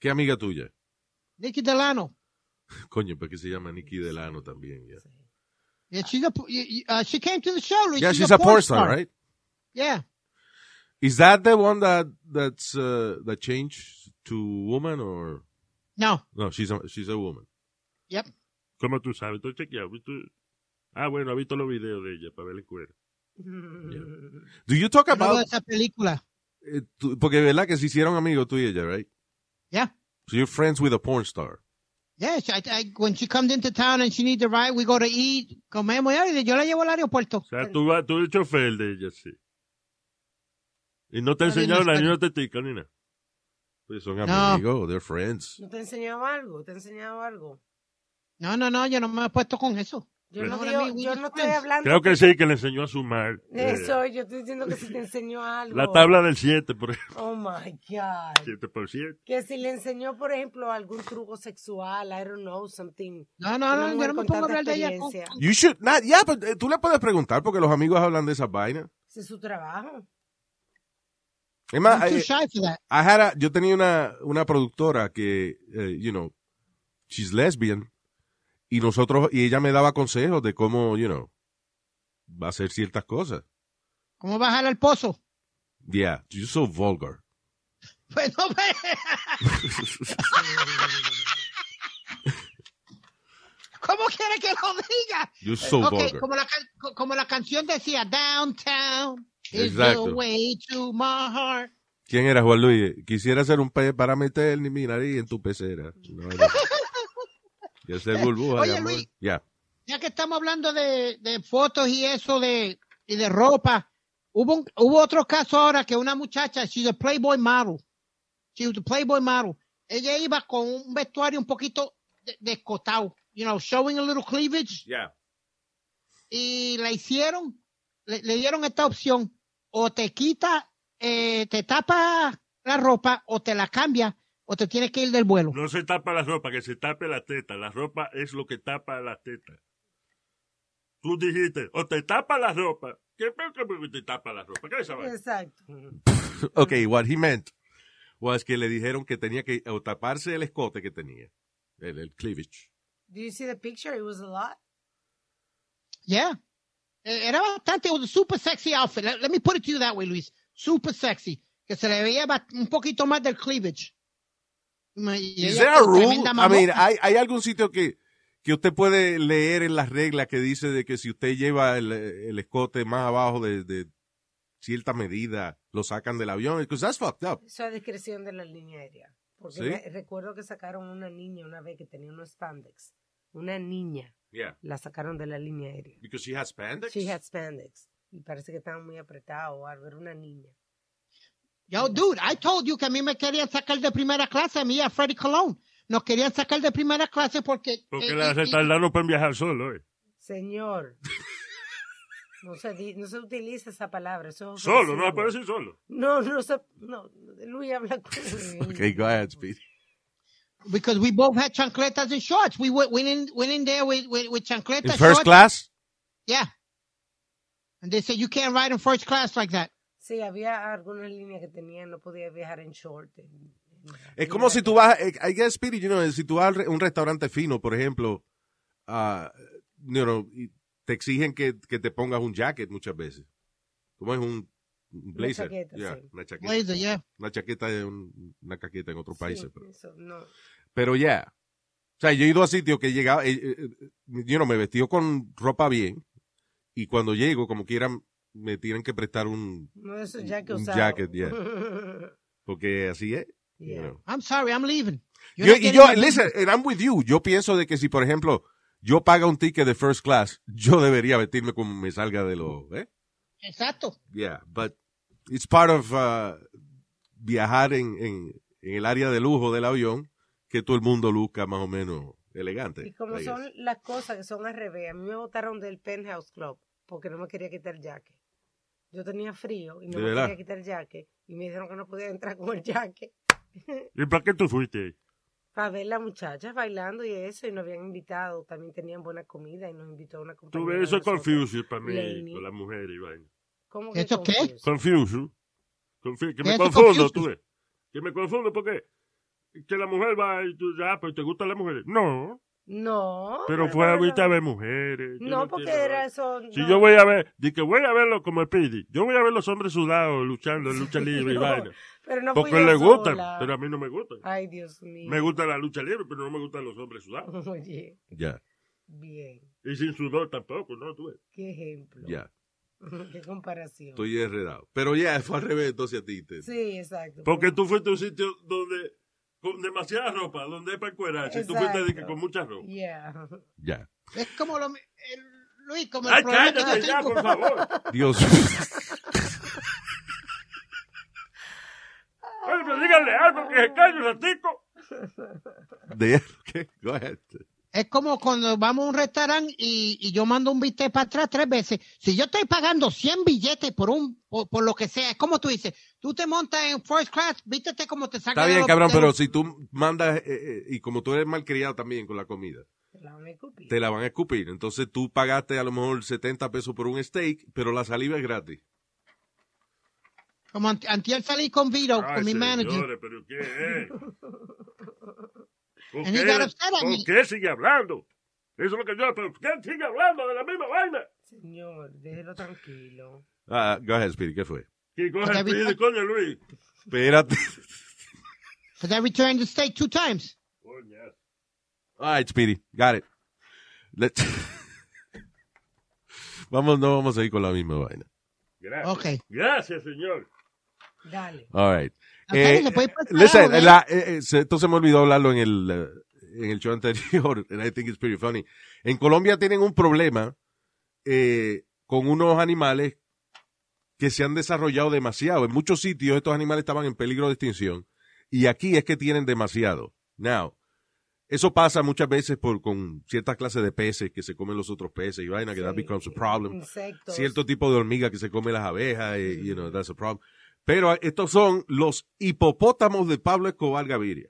Speaker 4: ¿Qué amiga tuya?
Speaker 7: Nicky Delano.
Speaker 4: Coño, ¿por qué se llama Nikki Delano también? Yeah,
Speaker 5: Sí.
Speaker 7: Yeah, she's a, po- y- y- uh, she came to the show, Luis.
Speaker 4: Yeah, she's a porn star, right?
Speaker 7: Yeah.
Speaker 4: Is that the one that that's uh, that changed to woman or
Speaker 7: No.
Speaker 4: no? She's a, she's a woman.
Speaker 7: Yep.
Speaker 6: ¿Cómo tú sabes? Tú chequeado. ¿viste? Ah, bueno, ha visto los videos de ella para ver el cuero.
Speaker 4: Do you talk
Speaker 7: Hablando de
Speaker 4: about...
Speaker 7: esa película.
Speaker 4: eh, tú- porque verdad que se hicieron amigos tú y ella, right?
Speaker 7: Yeah.
Speaker 4: So you're friends with a porn star.
Speaker 7: Yes, I, I, when she comes into town and she needs a ride, we go to eat, comemos y ay, yo la llevo al aeropuerto.
Speaker 6: O sea, tú, vas- tú eres chofer de ella, sí. Y no te
Speaker 7: Está bien,
Speaker 6: enseñaron la
Speaker 7: está bien.
Speaker 6: niña tetica, ni nada.
Speaker 4: Pues son
Speaker 7: No.
Speaker 4: amigos, they're friends.
Speaker 5: ¿No te he enseñado algo? ¿Te he enseñado algo?
Speaker 7: No, no, no, yo no me he puesto con eso.
Speaker 5: Yo
Speaker 7: Pero-
Speaker 5: no,
Speaker 7: Ahora
Speaker 5: digo-
Speaker 7: mismo,
Speaker 5: yo
Speaker 7: Pues ¿no
Speaker 5: no estoy
Speaker 7: sabes?
Speaker 5: hablando
Speaker 6: Creo que sí, que le enseñó a sumar.
Speaker 5: de
Speaker 6: eh,
Speaker 5: eso. Yo estoy diciendo que si te enseñó algo.
Speaker 6: la tabla del 7, por ejemplo.
Speaker 5: Oh, my God.
Speaker 6: 7 por 7.
Speaker 5: Que si le enseñó, por ejemplo, algún truco sexual, I don't know, something.
Speaker 7: No, no,
Speaker 5: Una
Speaker 7: no,
Speaker 5: mujer
Speaker 7: yo no me
Speaker 5: con
Speaker 7: pongo a
Speaker 5: tanta
Speaker 7: hablar de ella. con-
Speaker 5: experiencia.
Speaker 4: You should not, yeah, but eh, tú le puedes preguntar porque los amigos hablan de esas vainas.
Speaker 5: Ese es su trabajo.
Speaker 4: Es
Speaker 7: I'm
Speaker 4: más,
Speaker 7: too
Speaker 4: eh,
Speaker 7: shy for that.
Speaker 4: I had a- yo tenía una, una productora que, eh, you know, she's lesbian. Y nosotros, y ella me daba consejos de cómo, you know, va a hacer ciertas cosas.
Speaker 7: ¿Cómo bajar al pozo?
Speaker 4: Yeah, you're so vulgar.
Speaker 7: Pues no ve. ¿Cómo quiere que lo diga?
Speaker 4: You're so
Speaker 7: Ok,
Speaker 4: vulgar.
Speaker 7: como, la, can- como la canción decía, Downtown is the
Speaker 4: Exacto.
Speaker 7: way to my heart.
Speaker 4: ¿Quién era Juan Luis? Quisiera ser un pez para meter ni mi nariz en tu pecera. No, no. Y hacer burbuja
Speaker 7: Oye,
Speaker 4: de amor.
Speaker 7: Luis.
Speaker 4: Yeah.
Speaker 7: Ya que estamos hablando de, de fotos y eso, de, y de ropa, hubo, un- hubo otro caso ahora que una muchacha, she's a Playboy model. She was a Playboy model. Ella iba con un vestuario un poquito de- descotado, you know, showing a little cleavage.
Speaker 4: Yeah.
Speaker 7: y la hicieron, le, le dieron esta opción, o te quita, eh, te tapa la ropa, o te la cambia, o te tienes que ir del vuelo.
Speaker 6: No se tapa la ropa, que se tape la teta. La ropa es lo que tapa la teta. Tú dijiste, o te tapa la ropa. ¿Qué peor que te tapa la ropa? ¿Qué es esa vaina?
Speaker 5: Exacto.
Speaker 4: Ok, what he meant was que le dijeron que tenía que o taparse el escote que tenía, el, el cleavage.
Speaker 5: Do you see the picture? It was a lot.
Speaker 7: Yeah. Eh, Era bastante, un super sexy outfit. Let, let me put it to you that way, Luis. Super sexy. Que se le veía ba- un poquito más del cleavage. Y
Speaker 4: Is
Speaker 7: ella
Speaker 4: there a
Speaker 7: con
Speaker 4: rule?
Speaker 7: tremenda
Speaker 4: I mean,
Speaker 7: mamota.
Speaker 4: ¿hay, hay algún sitio que, que usted puede leer en las reglas que dice de que si usted lleva el, el escote más abajo de, de cierta medida, lo sacan del avión? Because that's fucked up.
Speaker 5: Eso es discreción de la línea aérea. Porque
Speaker 4: ¿Sí?
Speaker 5: me- recuerdo que sacaron una niña una vez que tenía unos spandex. Una niña
Speaker 4: Yeah,
Speaker 5: la sacaron de la línea aérea.
Speaker 4: because she has spandex.
Speaker 5: She had spandex. Y parece que estaban muy apretados o algo. Era una niña.
Speaker 7: Yo, dude, I told you que a mí me querían sacar de primera clase, a mí y a Freddy Colón. Nos querían sacar de primera clase porque...
Speaker 6: Porque
Speaker 7: eh,
Speaker 6: la
Speaker 7: y- y-
Speaker 6: retardados no pueden viajar solo, ¿eh?
Speaker 5: Señor. No se, di- no se utiliza esa palabra. Eso es
Speaker 6: Solo, no
Speaker 5: ofensivo.
Speaker 6: aparece solo.
Speaker 5: No, no se. No, Luis habla con.
Speaker 4: Okay, go ahead, Speedy.
Speaker 7: Because we both had chancletas and shorts. We went, went in went in there with with, with chancletas.
Speaker 4: In
Speaker 7: shorts.
Speaker 4: first class?
Speaker 7: Yeah. And they said you can't ride in first class like that.
Speaker 5: Sí, había algunas líneas que tenían, no podía viajar en short. en- en-
Speaker 4: Es como si tú vas, eh, I guess, Speedy, you know, si tú vas a un re- un restaurante fino, por ejemplo, ah, you know, y te exigen que, que te pongas un jacket muchas veces. Como es un un blazer.
Speaker 5: chaqueta,
Speaker 4: Yeah,
Speaker 5: sí.
Speaker 4: Una chaqueta.
Speaker 7: Blazer, yeah.
Speaker 4: Una chaqueta de un- una caqueta en otros
Speaker 5: Sí,
Speaker 4: países. Pero,
Speaker 5: eso, no.
Speaker 4: pero ya. O sea, yo he ido a sitios que llegaba, eh, eh, eh, you know, me vestió con ropa bien y cuando llego, como quieran, me tienen que prestar un,
Speaker 5: No, eso ya que
Speaker 4: Un
Speaker 5: usaba.
Speaker 4: jacket, yeah. porque así es. you
Speaker 5: Yeah.
Speaker 4: know.
Speaker 7: I'm sorry, I'm leaving.
Speaker 4: Yo,
Speaker 7: You're not
Speaker 4: y
Speaker 7: getting
Speaker 4: yo,
Speaker 7: my-
Speaker 4: listen, and I'm with you. Yo pienso de que si, por ejemplo, yo paga un ticket de first class, yo debería vestirme como me salga de lo, ¿eh?
Speaker 7: Exacto.
Speaker 4: Yeah, but it's part of uh, viajar en, en, en el área de lujo del avión, que todo el mundo luzca más o menos elegante.
Speaker 5: Y como
Speaker 4: I guess.
Speaker 5: son las cosas que son al revés, a mí me botaron del Penthouse Club porque no me quería quitar el jacket. Yo tenía frío y no
Speaker 4: ¿De
Speaker 5: me
Speaker 4: verdad?
Speaker 5: quería quitar el jacket. Y me dijeron que no podía entrar con el jacket.
Speaker 6: ¿Y para qué tú fuiste?
Speaker 5: Para ver las muchachas bailando y eso, y nos habían invitado. También tenían buena comida y nos invitó a una compañera.
Speaker 6: Tú ves
Speaker 5: de
Speaker 6: eso es
Speaker 5: nosotros.
Speaker 6: confusion para mí,
Speaker 5: Lenny.
Speaker 6: con las mujeres y vaina.
Speaker 5: ¿Cómo que
Speaker 7: ¿Eso qué?
Speaker 5: confused?
Speaker 6: Confusion. Confu- que me
Speaker 7: Eso es
Speaker 6: confundo,
Speaker 7: confusion.
Speaker 6: tú ves. Que me confundo, ¿por qué? Que la mujer va y tú ya, pero te gustan las mujeres. No,
Speaker 5: No.
Speaker 6: pero
Speaker 5: no,
Speaker 6: fue
Speaker 5: no,
Speaker 6: a verte a
Speaker 5: no.
Speaker 6: ver mujeres. Yo
Speaker 5: No,
Speaker 6: entiendo,
Speaker 5: porque era
Speaker 6: ¿verdad?
Speaker 5: eso.
Speaker 6: Si
Speaker 5: no.
Speaker 6: yo voy a ver, di que voy a verlo como el Pidi, yo voy a ver los hombres sudados luchando en lucha libre y
Speaker 5: No,
Speaker 6: vaina.
Speaker 5: Pero no fui
Speaker 6: Porque
Speaker 5: yo
Speaker 6: le gustan,
Speaker 5: sola.
Speaker 6: pero a mí no me gustan.
Speaker 5: Ay, Dios mío.
Speaker 6: Me gusta la lucha libre, pero no me gustan los hombres sudados.
Speaker 5: Oye,
Speaker 4: Ya,
Speaker 5: bien.
Speaker 6: Y sin sudor tampoco, ¿no? Tú ves.
Speaker 5: Qué ejemplo.
Speaker 4: ya.
Speaker 5: Qué comparación.
Speaker 4: Estoy enredado. Pero ya, fue al revés entonces a ti. te-
Speaker 5: Sí, exacto.
Speaker 6: Porque tú fuiste a un sitio donde con demasiada ropa, donde es para encuerarse. y Tú fuiste de que
Speaker 5: Exacto.
Speaker 6: con mucha ropa.
Speaker 5: Yeah.
Speaker 4: Ya.
Speaker 7: Es como lo. mi- el- Luis, como el
Speaker 6: Ay,
Speaker 7: problema que yo
Speaker 6: cállate ya,
Speaker 7: tengo-
Speaker 6: por favor.
Speaker 4: Dios mío.
Speaker 6: Oye, pero díganle algo que se calle un ratico.
Speaker 4: De- ¿Qué? Go ahead.
Speaker 7: Es como cuando vamos a un restaurante y, y yo mando un billete para atrás tres veces. Si yo estoy pagando 100 billetes por un por, por lo que sea, es como tú dices, tú te montas en first class, vístete como te saca
Speaker 4: Está
Speaker 7: de
Speaker 4: bien,
Speaker 7: los-
Speaker 4: cabrón,
Speaker 7: de
Speaker 4: pero
Speaker 7: los-
Speaker 4: si tú mandas, eh, eh, y como tú eres malcriado también con la comida,
Speaker 5: Te la van a escupir.
Speaker 4: te la van a escupir. Entonces tú pagaste a lo mejor 70 pesos por un steak, pero la saliva es gratis.
Speaker 7: Como ant- antier salí con Vito,
Speaker 6: Ay,
Speaker 7: con mi manager.
Speaker 6: señores, pero ¿qué es? ¿Con
Speaker 7: And he got upset
Speaker 6: qué,
Speaker 7: at
Speaker 6: con
Speaker 7: me.
Speaker 6: qué sigue hablando? Eso es lo que yo, pero ¿qué sigue hablando de la misma vaina?
Speaker 5: Señor, déjelo tranquilo.
Speaker 4: Ah, go ahead, Speedy, ¿qué fue?
Speaker 6: Que coge
Speaker 7: Porque
Speaker 6: el
Speaker 7: vi-
Speaker 6: pide, coño, Luis.
Speaker 4: Espérate.
Speaker 7: Because I returned the steak two times.
Speaker 6: Coño.
Speaker 4: All right, Speedy, got it. Let's- vamos, no vamos a ir con la misma vaina.
Speaker 6: Gracias.
Speaker 7: Ok.
Speaker 6: Gracias, señor.
Speaker 5: Dale.
Speaker 4: All right.
Speaker 7: Ok,
Speaker 4: Eh,
Speaker 7: se puede ir para el
Speaker 4: listen,
Speaker 7: carajo,
Speaker 4: la- eh, eh, se- esto se me olvidó hablarlo en el, eh, en el show anterior, and I think it's pretty funny. En Colombia tienen un problema eh, con unos animales que se han desarrollado demasiado. En muchos sitios estos animales estaban en peligro de extinción y aquí es que tienen demasiado. Now, eso pasa muchas veces por, con ciertas clases de peces que se comen los otros peces y vaina, que that
Speaker 5: Sí.
Speaker 4: becomes a problem
Speaker 5: Insectos.
Speaker 4: cierto tipo de hormiga que se come las abejas, eh, you know, that's a problem. Pero ah, estos son los hipopótamos de Pablo Escobar Gaviria.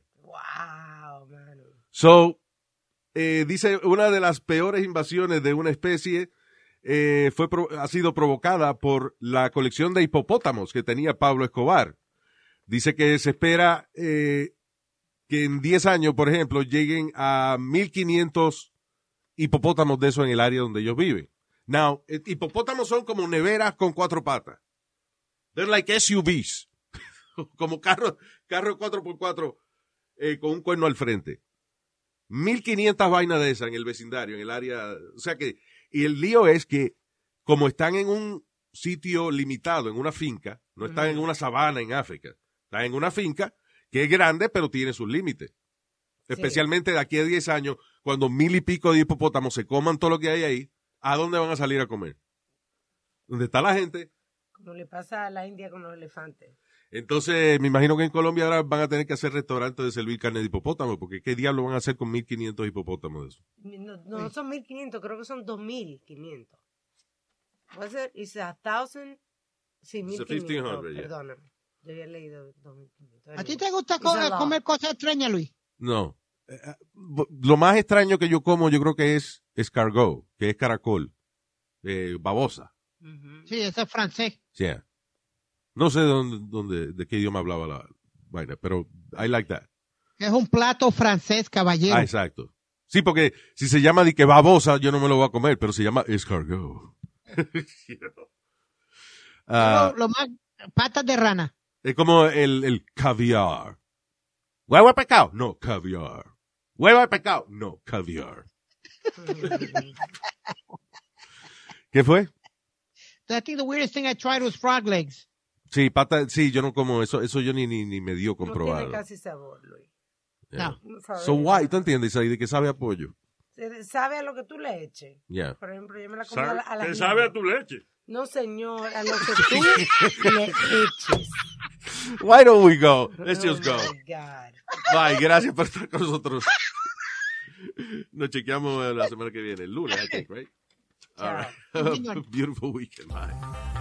Speaker 5: Wow, mano.
Speaker 4: So, eh, dice, una de las peores invasiones de una especie eh, fue pro- ha sido provocada por la colección de hipopótamos que tenía Pablo Escobar. Dice que se espera eh, que en 10 años, por ejemplo, lleguen a 1500 hipopótamos de eso en el área donde ellos viven. Now, eh, hipopótamos son como neveras con cuatro patas. They're like SUVs. como carro, carro 4x4 eh, con un cuerno al frente. 1500 vainas de esas en el vecindario, en el área. O sea que, y el lío es que, como están en un sitio limitado, en una finca, no están en una sabana en África, están en una finca que es grande, pero tiene sus límites. Especialmente de aquí a 10 años, cuando mil y pico de hipopótamos se coman todo lo que hay ahí, ¿a dónde van a salir a comer? ¿Dónde está la gente?
Speaker 5: Como le pasa a la India con los elefantes.
Speaker 4: Entonces, me imagino que en Colombia ahora van a tener que hacer restaurantes de servir carne de hipopótamo, porque ¿qué diablo van a hacer con 1500 hipopótamos de eso?
Speaker 5: No, no son 1500, creo que son 2500. Was it, is a thousand? Sí,
Speaker 4: It's a
Speaker 5: 1500.
Speaker 4: 1500, yeah.
Speaker 5: Perdóname. Yo había leído 2500.
Speaker 7: ¿A ti te gusta co-
Speaker 5: It's a lot.
Speaker 7: comer cosas extrañas, Luis?
Speaker 4: No. Eh, eh, bo- Lo más extraño que yo como, yo creo que es escargot, que es caracol, eh, babosa.
Speaker 5: Ujú.
Speaker 7: Sí, ese es francés.
Speaker 4: Yeah. No sé de dónde, dónde- de qué idioma hablaba la vaina, pero I like that.
Speaker 7: Es un plato francés, caballero.
Speaker 4: Ah, exacto. Sí, porque si se llama de que babosa, yo no me lo voy a comer, pero se llama escargot. Ah,
Speaker 7: Lo- lo más, patas de rana.
Speaker 4: es como el, el caviar. ¿Huevo de pescado? No, caviar. ¿Huevo de pescado? No, caviar. ¿Qué fue?
Speaker 7: I think the weirdest thing I tried was frog legs.
Speaker 4: Sí, pata, sí, yo no como eso, eso yo ni, ni, ni me dio
Speaker 5: No tiene
Speaker 4: comprobado.
Speaker 5: casi sabor, Luis.
Speaker 4: Yeah.
Speaker 7: No.
Speaker 5: No sabe
Speaker 4: So
Speaker 5: ni
Speaker 4: why,
Speaker 5: nada.
Speaker 4: ¿tú entiendes? Ahí de que sabe a pollo.
Speaker 5: Se- Sabe a lo que tú le eches.
Speaker 4: Yeah.
Speaker 5: Por ejemplo, yo me la comí a
Speaker 6: Sabe-
Speaker 5: la, a la
Speaker 6: Te
Speaker 5: gringa.
Speaker 6: sabe a tu leche.
Speaker 5: No, señor, a lo que tú le eches.
Speaker 4: Why don't we go? Let's
Speaker 5: Oh,
Speaker 4: just go.
Speaker 5: my God.
Speaker 4: Bye, gracias por estar con nosotros. Nos chequeamos eh, la semana que viene, el lunes, I think, right? All
Speaker 5: Chao.
Speaker 4: right. Beautiful weekend. Bye.